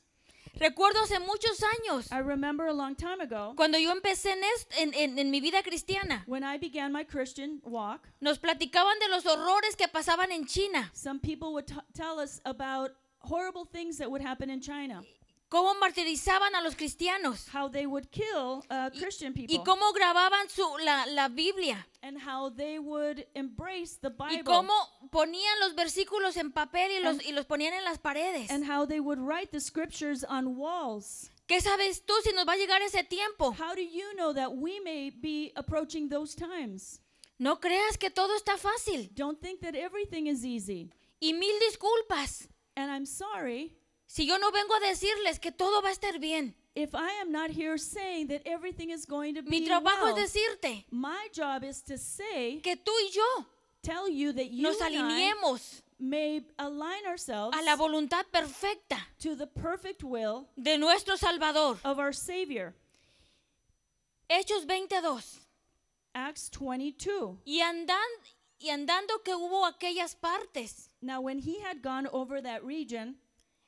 Speaker 1: Recuerdo hace muchos años,
Speaker 2: I remember a long time ago
Speaker 1: cuando yo empecé en, est- en- en- en mi vida cristiana,
Speaker 2: when I began my Christian walk,
Speaker 1: nos platicaban de los horrores que pasaban en China,
Speaker 2: some people would t- tell us about horrible things that would happen in China,
Speaker 1: cómo martirizaban a los cristianos
Speaker 2: how they would kill uh,
Speaker 1: y-
Speaker 2: Christian
Speaker 1: y
Speaker 2: people,
Speaker 1: cómo grababan su, la, la Biblia.
Speaker 2: and how they would embrace the
Speaker 1: Y
Speaker 2: Bible,
Speaker 1: cómo ponían los versículos en papel y los, y los ponían en las paredes.
Speaker 2: and how they would write the scriptures on walls.
Speaker 1: ¿Qué sabes tú si nos va a llegar ese tiempo?
Speaker 2: How do you know that we may be approaching those times?
Speaker 1: No creas que todo está fácil.
Speaker 2: Don't think that everything is easy.
Speaker 1: Y mil disculpas
Speaker 2: And I'm sorry
Speaker 1: si yo no vengo a decirles que todo va a estar bien.
Speaker 2: if I am not here saying that everything is going to
Speaker 1: Mi
Speaker 2: be
Speaker 1: trabajo es
Speaker 2: well.
Speaker 1: decirte
Speaker 2: My job is to say,
Speaker 1: que tú y yo
Speaker 2: tell you that you
Speaker 1: nos
Speaker 2: and I
Speaker 1: alineemos
Speaker 2: may align ourselves
Speaker 1: a la voluntad perfecta
Speaker 2: to the perfect will
Speaker 1: de nuestro Salvador.
Speaker 2: of our Savior.
Speaker 1: Hechos 22.
Speaker 2: Acts 22.
Speaker 1: Y, andan, y andando que hubo aquellas partes,
Speaker 2: Now, when he had gone over that region,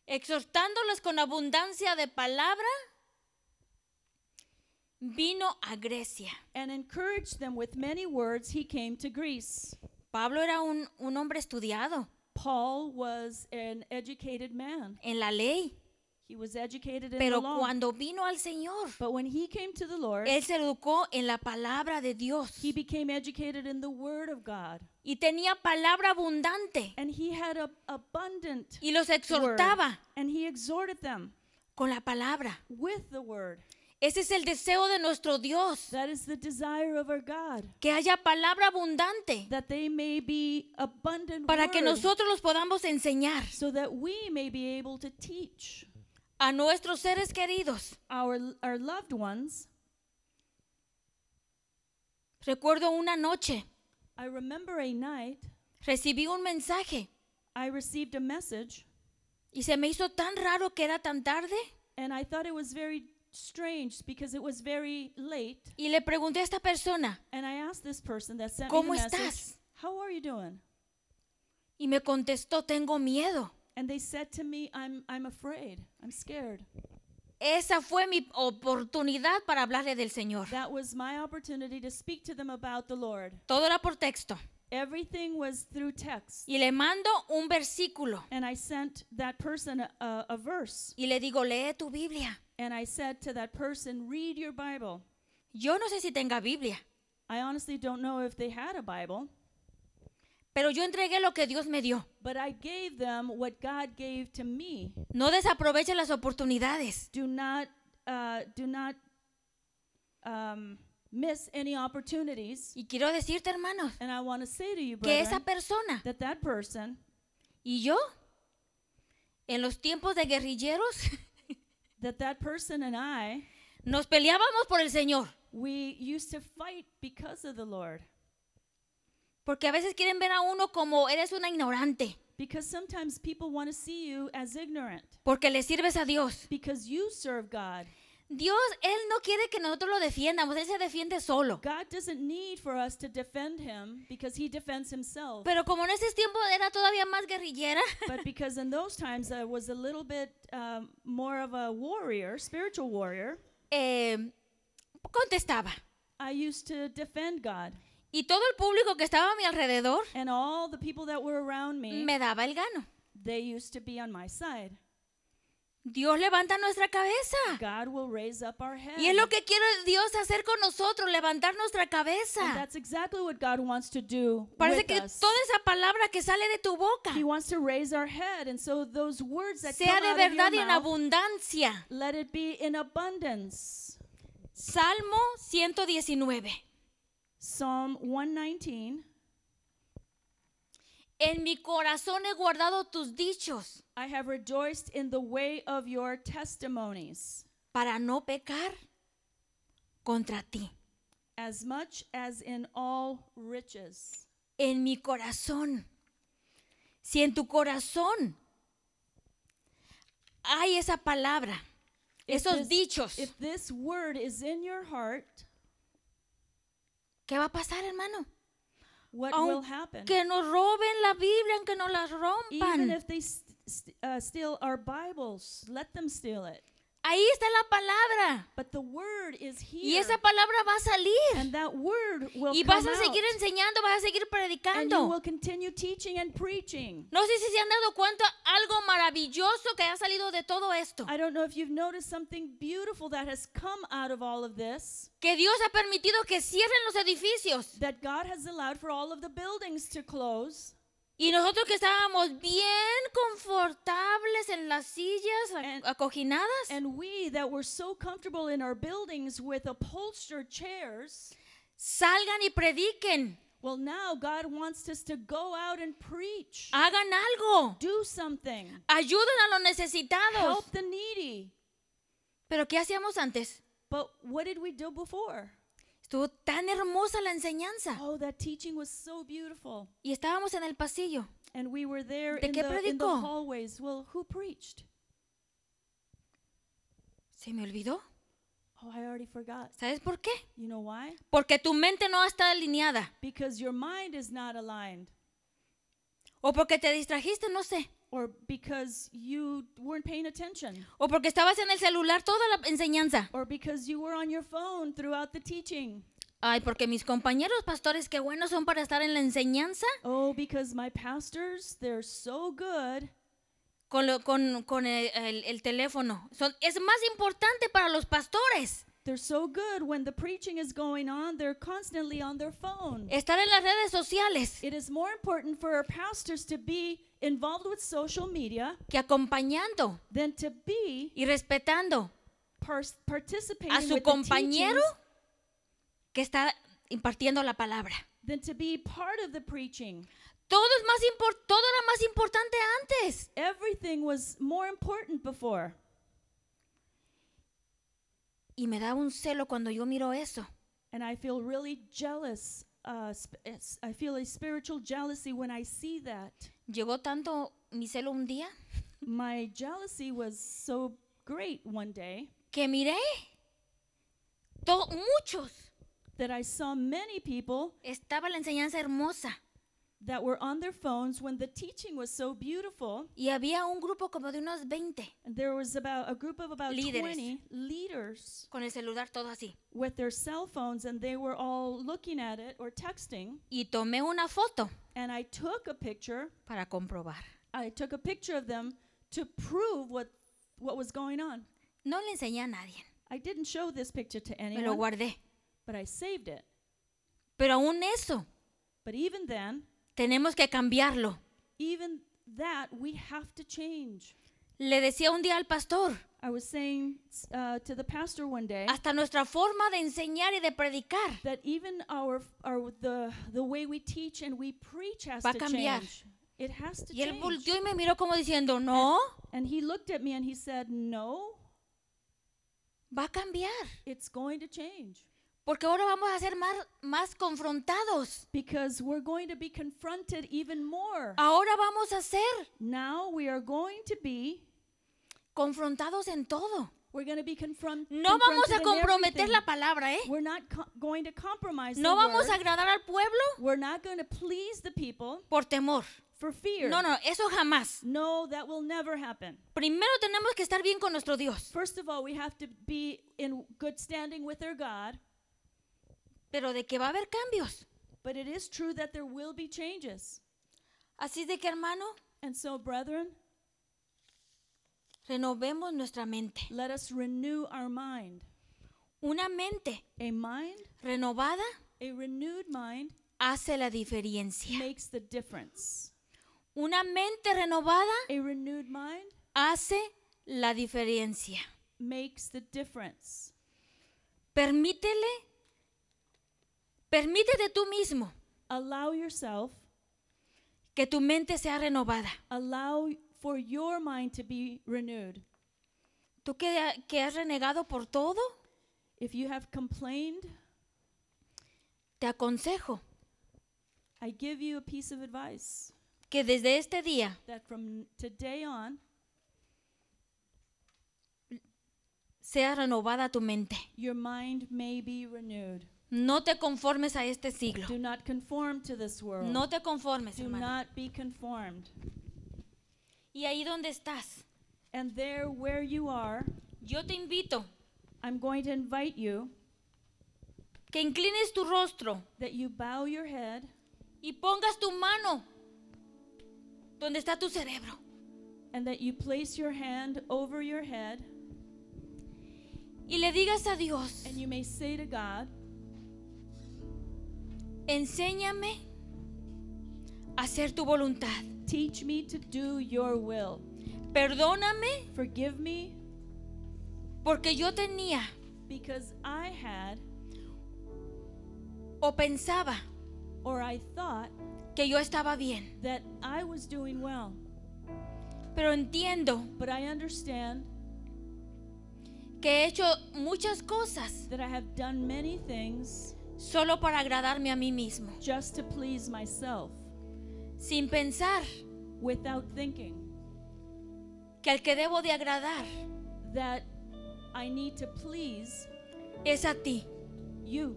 Speaker 1: exhortándoles con abundancia de palabra, vino a Grecia.
Speaker 2: and encouraged them with many words, he came to Greece.
Speaker 1: Pablo era un, un hombre estudiado
Speaker 2: Paul was an educated man.
Speaker 1: en la ley,
Speaker 2: He was educated in
Speaker 1: pero
Speaker 2: the law.
Speaker 1: cuando vino al Señor,
Speaker 2: But when he came to the Lord,
Speaker 1: él se educó en la palabra de Dios
Speaker 2: he became educated in the Word of God.
Speaker 1: y tenía palabra abundante
Speaker 2: And he had a, abundant
Speaker 1: y los
Speaker 2: word.
Speaker 1: exhortaba
Speaker 2: And he exhorted them
Speaker 1: con la palabra.
Speaker 2: with the Word.
Speaker 1: Ese es el deseo de nuestro Dios,
Speaker 2: That is the desire of our God,
Speaker 1: que haya palabra abundante
Speaker 2: that they may be abundant
Speaker 1: para que
Speaker 2: word,
Speaker 1: nosotros los podamos enseñar
Speaker 2: so that we may be able to teach
Speaker 1: a nuestros seres queridos.
Speaker 2: our, our loved ones.
Speaker 1: Recuerdo una noche,
Speaker 2: I remember a night
Speaker 1: recibí un mensaje
Speaker 2: I received a message,
Speaker 1: y se me hizo tan raro que era tan tarde
Speaker 2: and I thought it was very strange because it was very late.
Speaker 1: y le pregunté a esta persona
Speaker 2: And I asked this person that sent
Speaker 1: ¿Cómo
Speaker 2: me the message,
Speaker 1: estás?
Speaker 2: How are you doing?
Speaker 1: y me contestó, tengo miedo.
Speaker 2: And they said to me, I'm, I'm afraid. I'm scared.
Speaker 1: Esa fue mi oportunidad para hablarle del Señor.
Speaker 2: That was my opportunity to speak to them about the Lord.
Speaker 1: Todo era por texto.
Speaker 2: Everything was through text.
Speaker 1: Y le mando un versículo
Speaker 2: And I sent that person a, a, a verse.
Speaker 1: y le digo, lee tu Biblia.
Speaker 2: And I said to that person, Read your Bible.
Speaker 1: Yo no sé si tenga Biblia,
Speaker 2: I honestly don't know if they had a Bible,
Speaker 1: pero yo entregué lo que Dios me dio.
Speaker 2: but I gave them what God gave to me.
Speaker 1: No desaproveche las oportunidades.
Speaker 2: do not uh, do not um, miss any opportunities.
Speaker 1: Y quiero decirte, hermanos,
Speaker 2: And I want to say to you,
Speaker 1: que esa
Speaker 2: brethren,
Speaker 1: persona
Speaker 2: that that person,
Speaker 1: y yo, en los tiempos de guerrilleros, (laughs)
Speaker 2: that that person and I,
Speaker 1: nos peleábamos por el Señor.
Speaker 2: we used to fight because of the Lord.
Speaker 1: Porque a veces quieren ver a uno como eres una ignorante,
Speaker 2: Because sometimes people want to see you as ignorant
Speaker 1: porque le sirves a Dios.
Speaker 2: because you serve God.
Speaker 1: Dios, Él no quiere que nosotros lo defiendamos, Él se defiende solo.
Speaker 2: God doesn't need for us to defend him because he defends himself.
Speaker 1: Pero como en ese tiempo era todavía más guerrillera, (laughs)
Speaker 2: But because in those times I was a little bit um, more of a warrior, spiritual warrior,
Speaker 1: eh, contestaba.
Speaker 2: I used to defend God.
Speaker 1: Y todo el público que estaba a mi alrededor
Speaker 2: And all the people that were around me,
Speaker 1: me daba el gano.
Speaker 2: they used to be on my side.
Speaker 1: Dios levanta nuestra cabeza.
Speaker 2: God will raise up our head.
Speaker 1: Ah. Y es lo que quiere Dios hacer con nosotros, levantar nuestra
Speaker 2: And
Speaker 1: cabeza.
Speaker 2: that's exactly what God wants to do
Speaker 1: Parece
Speaker 2: with
Speaker 1: que
Speaker 2: us.
Speaker 1: toda esa palabra que sale de tu boca
Speaker 2: He wants to raise our head, and so those words that
Speaker 1: sea
Speaker 2: come
Speaker 1: de
Speaker 2: out of
Speaker 1: verdad
Speaker 2: your
Speaker 1: y en
Speaker 2: mouth,
Speaker 1: abundancia.
Speaker 2: let it be in abundance.
Speaker 1: Salmo 119.
Speaker 2: Psalm 119.
Speaker 1: En mi corazón he guardado tus dichos
Speaker 2: I have rejoiced in the way of your testimonies,
Speaker 1: para no pecar contra ti.
Speaker 2: as much as in all riches.
Speaker 1: En mi corazón. Si en tu corazón hay esa palabra,
Speaker 2: If
Speaker 1: esos
Speaker 2: this-
Speaker 1: dichos,
Speaker 2: If this word is in your heart,
Speaker 1: ¿qué va a pasar, hermano?
Speaker 2: what
Speaker 1: Aun-
Speaker 2: will happen?
Speaker 1: Que nos roben la Biblia, aunque nos la
Speaker 2: Even
Speaker 1: rompan.
Speaker 2: if they st- st- uh, steal our Bibles, let them steal it.
Speaker 1: Ahí está la palabra.
Speaker 2: But the word is
Speaker 1: Y
Speaker 2: here,
Speaker 1: esa palabra va a salir.
Speaker 2: and that word will
Speaker 1: Y vas
Speaker 2: come
Speaker 1: a seguir
Speaker 2: out,
Speaker 1: enseñando, vas a seguir
Speaker 2: and you
Speaker 1: predicando.
Speaker 2: will continue teaching and preaching.
Speaker 1: No sé si se han dado cuenta algo maravilloso que ha salido de todo esto.
Speaker 2: I don't know if you've noticed something beautiful that has come out of all of this
Speaker 1: Que Dios ha permitido que cierren los edificios.
Speaker 2: that God has allowed for all of the buildings to close.
Speaker 1: Y nosotros que estábamos bien confortables en las sillas, ac-
Speaker 2: And-
Speaker 1: acoginadas,
Speaker 2: And we that were so comfortable in our buildings with upholstered chairs,
Speaker 1: salgan y prediquen.
Speaker 2: well, now God wants us to go out and preach.
Speaker 1: Hagan algo.
Speaker 2: Do something.
Speaker 1: Ayuden a los necesitados.
Speaker 2: Help the needy.
Speaker 1: Pero ¿qué hacíamos antes?
Speaker 2: But what did we do before?
Speaker 1: Estuvo tan hermosa la enseñanza.
Speaker 2: Oh, that teaching was so beautiful.
Speaker 1: Y estábamos en el pasillo.
Speaker 2: And we were there
Speaker 1: ¿De
Speaker 2: in
Speaker 1: qué
Speaker 2: the, in the
Speaker 1: predicó?
Speaker 2: hallways. Well, who preached?
Speaker 1: ¿Se me olvidó?
Speaker 2: Oh, I already forgot.
Speaker 1: ¿Sabes por qué?
Speaker 2: You know why?
Speaker 1: Porque tu mente no está alineada.
Speaker 2: Because your mind is not aligned,
Speaker 1: O porque te distrajiste, no sé.
Speaker 2: or because you weren't paying attention,
Speaker 1: O porque estabas en el celular toda la enseñanza.
Speaker 2: or because you were on your phone throughout the teaching.
Speaker 1: Ay, porque mis compañeros pastores, qué buenos son para estar en la enseñanza
Speaker 2: Oh, because my pastors, they're so good.
Speaker 1: con, lo- con, con el, el- el teléfono. Son- es más importante para los pastores
Speaker 2: They're so good when the preaching is going on, they're constantly on their phone.
Speaker 1: estar en las redes sociales
Speaker 2: It is more important for our pastors to be involved with social media
Speaker 1: que acompañando
Speaker 2: than to be
Speaker 1: y respetando
Speaker 2: pars- participating
Speaker 1: a su
Speaker 2: with the
Speaker 1: compañero
Speaker 2: teachings
Speaker 1: que está impartiendo la palabra.
Speaker 2: than to be part of the preaching.
Speaker 1: Todo, es más impor- todo era más importante antes.
Speaker 2: Everything was more important before.
Speaker 1: Y me da un celo cuando yo miro eso.
Speaker 2: And I feel really jealous. Uh, sp- it's- I feel a spiritual jealousy when I see that.
Speaker 1: Llegó tanto mi celo un día
Speaker 2: My jealousy was so great one day
Speaker 1: que miré to- muchos.
Speaker 2: that I saw many people
Speaker 1: Estaba la enseñanza hermosa
Speaker 2: that were on their phones when the teaching was so beautiful.
Speaker 1: y había un grupo como de unos 20
Speaker 2: And there was about a group of about
Speaker 1: Líderes.
Speaker 2: 20 leaders
Speaker 1: con el celular todo así.
Speaker 2: with their cell phones and they were all looking at it or texting.
Speaker 1: Y tomé una foto
Speaker 2: And I took a picture.
Speaker 1: para comprobar.
Speaker 2: I took a picture of them to prove what, what was going on.
Speaker 1: No le enseñé a nadie,
Speaker 2: I didn't show this picture to
Speaker 1: me lo
Speaker 2: anyone.
Speaker 1: guardé.
Speaker 2: but I saved it.
Speaker 1: Pero aún eso,
Speaker 2: But even then,
Speaker 1: tenemos que cambiarlo.
Speaker 2: even that we have to change.
Speaker 1: Le decía un día al pastor,
Speaker 2: I was saying uh, to the pastor one day
Speaker 1: hasta nuestra forma de enseñar y de predicar
Speaker 2: that even our our the the way we teach and we preach has
Speaker 1: Va a
Speaker 2: to
Speaker 1: cambiar.
Speaker 2: change. It has to
Speaker 1: Y él
Speaker 2: change.
Speaker 1: volteó y me miró como diciendo, no,
Speaker 2: And he looked at me and he said, "No,
Speaker 1: va a cambiar,
Speaker 2: it's going to change
Speaker 1: porque ahora vamos a ser más, más confrontados.
Speaker 2: because we're going to be confronted even more.
Speaker 1: Ahora vamos a ser
Speaker 2: Now we are going to be
Speaker 1: confrontados en todo.
Speaker 2: We're going to be confront-
Speaker 1: No vamos a
Speaker 2: confronted in
Speaker 1: comprometer
Speaker 2: everything.
Speaker 1: la palabra, ¿eh?
Speaker 2: We're not co- going to compromise
Speaker 1: No
Speaker 2: the
Speaker 1: vamos a
Speaker 2: word.
Speaker 1: agradar al pueblo
Speaker 2: We're not going to please the people
Speaker 1: por temor.
Speaker 2: for fear.
Speaker 1: No, no, eso jamás.
Speaker 2: No, that will never happen.
Speaker 1: Primero tenemos que estar bien con nuestro Dios,
Speaker 2: First of all, we have to be in good standing with our God.
Speaker 1: pero de que va a haber cambios.
Speaker 2: But it is true that there will be changes.
Speaker 1: Así de que, hermano,
Speaker 2: And so, brethren,
Speaker 1: renovemos nuestra mente.
Speaker 2: let us renew our mind.
Speaker 1: Una mente
Speaker 2: A mind,
Speaker 1: renovada
Speaker 2: a renewed mind,
Speaker 1: hace la diferencia.
Speaker 2: makes the difference.
Speaker 1: Una mente renovada
Speaker 2: A renewed mind
Speaker 1: hace la diferencia.
Speaker 2: makes the difference.
Speaker 1: Permítele, permítete tú mismo
Speaker 2: Allow yourself,
Speaker 1: que tu mente sea renovada.
Speaker 2: allow for your mind to be renewed.
Speaker 1: Tú que, que has renegado por todo,
Speaker 2: If you have complained,
Speaker 1: te aconsejo
Speaker 2: I give you a piece of advice
Speaker 1: que desde este día
Speaker 2: that from today on,
Speaker 1: sea renovada tu mente.
Speaker 2: your mind may be renewed.
Speaker 1: No te conformes a este siglo.
Speaker 2: Do not conform to this world.
Speaker 1: No te conformes,
Speaker 2: Do
Speaker 1: hermano.
Speaker 2: not be conformed.
Speaker 1: Y ahí donde estás,
Speaker 2: And there where you are,
Speaker 1: yo te invito
Speaker 2: I'm going to invite you
Speaker 1: que inclines tu rostro
Speaker 2: that you bow your head
Speaker 1: y pongas tu mano donde está tu cerebro
Speaker 2: and that you place your hand over your head
Speaker 1: y le digas a Dios,
Speaker 2: and you may say to God,
Speaker 1: enséñame a hacer tu voluntad.
Speaker 2: Teach me to do your will.
Speaker 1: Perdóname
Speaker 2: Forgive me
Speaker 1: porque yo tenía
Speaker 2: because I had
Speaker 1: o pensaba
Speaker 2: or I thought
Speaker 1: que yo estaba bien.
Speaker 2: that I was doing well.
Speaker 1: Pero entiendo
Speaker 2: But I understand
Speaker 1: que he hecho muchas cosas
Speaker 2: that I have done many things
Speaker 1: solo para agradarme a mí mismo,
Speaker 2: just to please myself
Speaker 1: sin pensar
Speaker 2: without thinking
Speaker 1: que al que debo de agradar
Speaker 2: that I need to please
Speaker 1: es a ti,
Speaker 2: you,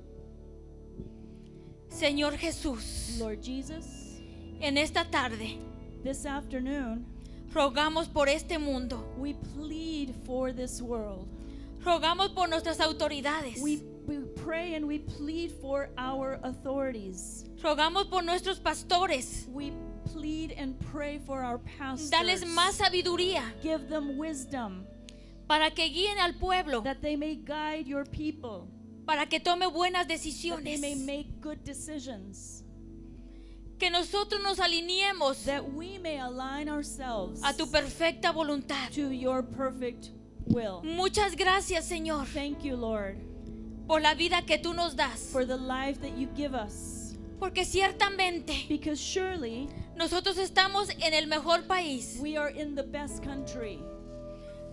Speaker 1: Señor Jesús.
Speaker 2: Lord Jesus.
Speaker 1: En esta tarde
Speaker 2: This afternoon,
Speaker 1: rogamos por este mundo,
Speaker 2: we plead for this world.
Speaker 1: rogamos por nuestras autoridades,
Speaker 2: We, we pray and we plead for our authorities.
Speaker 1: rogamos por nuestros pastores.
Speaker 2: We plead and pray for our pastors.
Speaker 1: Dales más sabiduría
Speaker 2: Give them wisdom
Speaker 1: para que guíen al pueblo,
Speaker 2: that they may guide your people,
Speaker 1: para que tome buenas
Speaker 2: that they
Speaker 1: decisiones,
Speaker 2: may make good decisions,
Speaker 1: que nosotros nos alineemos
Speaker 2: that we may align ourselves
Speaker 1: a tu perfecta voluntad.
Speaker 2: to your perfect will.
Speaker 1: Muchas gracias, Señor,
Speaker 2: Thank you, Lord,
Speaker 1: por la vida que tú nos das,
Speaker 2: for the life that you give us,
Speaker 1: porque ciertamente
Speaker 2: because surely
Speaker 1: nosotros estamos en el mejor país,
Speaker 2: we are in the best country,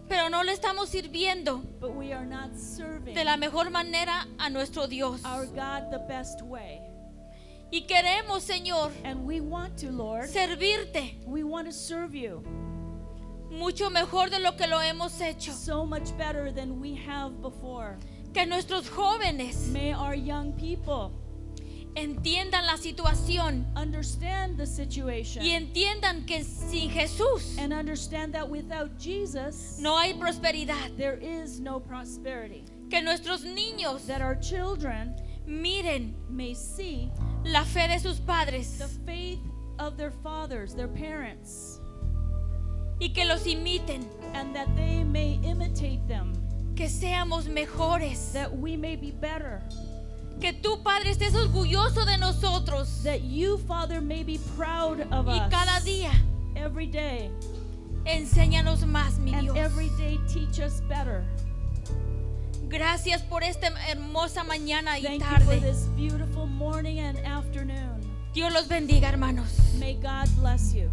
Speaker 1: pero no le estamos sirviendo
Speaker 2: but we are not serving
Speaker 1: de la mejor manera a nuestro Dios.
Speaker 2: our God the best way.
Speaker 1: Y queremos, Señor,
Speaker 2: And we want to, Lord.
Speaker 1: servirte
Speaker 2: We want to serve you
Speaker 1: mucho mejor de lo que lo hemos hecho.
Speaker 2: so much better than we have before.
Speaker 1: Que nuestros jóvenes
Speaker 2: May our young people
Speaker 1: entiendan la situación
Speaker 2: understand the situation
Speaker 1: y entiendan que sin Jesús
Speaker 2: and understand that without Jesus,
Speaker 1: no hay prosperidad.
Speaker 2: there is no prosperity.
Speaker 1: Que nuestros niños
Speaker 2: That our children
Speaker 1: miren
Speaker 2: may see
Speaker 1: la fe de sus padres
Speaker 2: the faith of their fathers, their parents,
Speaker 1: y que los imiten.
Speaker 2: and that they may imitate them,
Speaker 1: Que seamos mejores.
Speaker 2: that we may be better,
Speaker 1: Que tu Padre estés orgulloso de nosotros.
Speaker 2: that you, Father, may be proud of
Speaker 1: Y
Speaker 2: us
Speaker 1: cada día
Speaker 2: every day,
Speaker 1: enséñanos más, mi
Speaker 2: and
Speaker 1: Dios.
Speaker 2: every day teach us better.
Speaker 1: Gracias por esta hermosa mañana y
Speaker 2: Thank you for
Speaker 1: tarde.
Speaker 2: this beautiful morning and afternoon.
Speaker 1: Dios los bendiga, hermanos.
Speaker 2: May God bless you.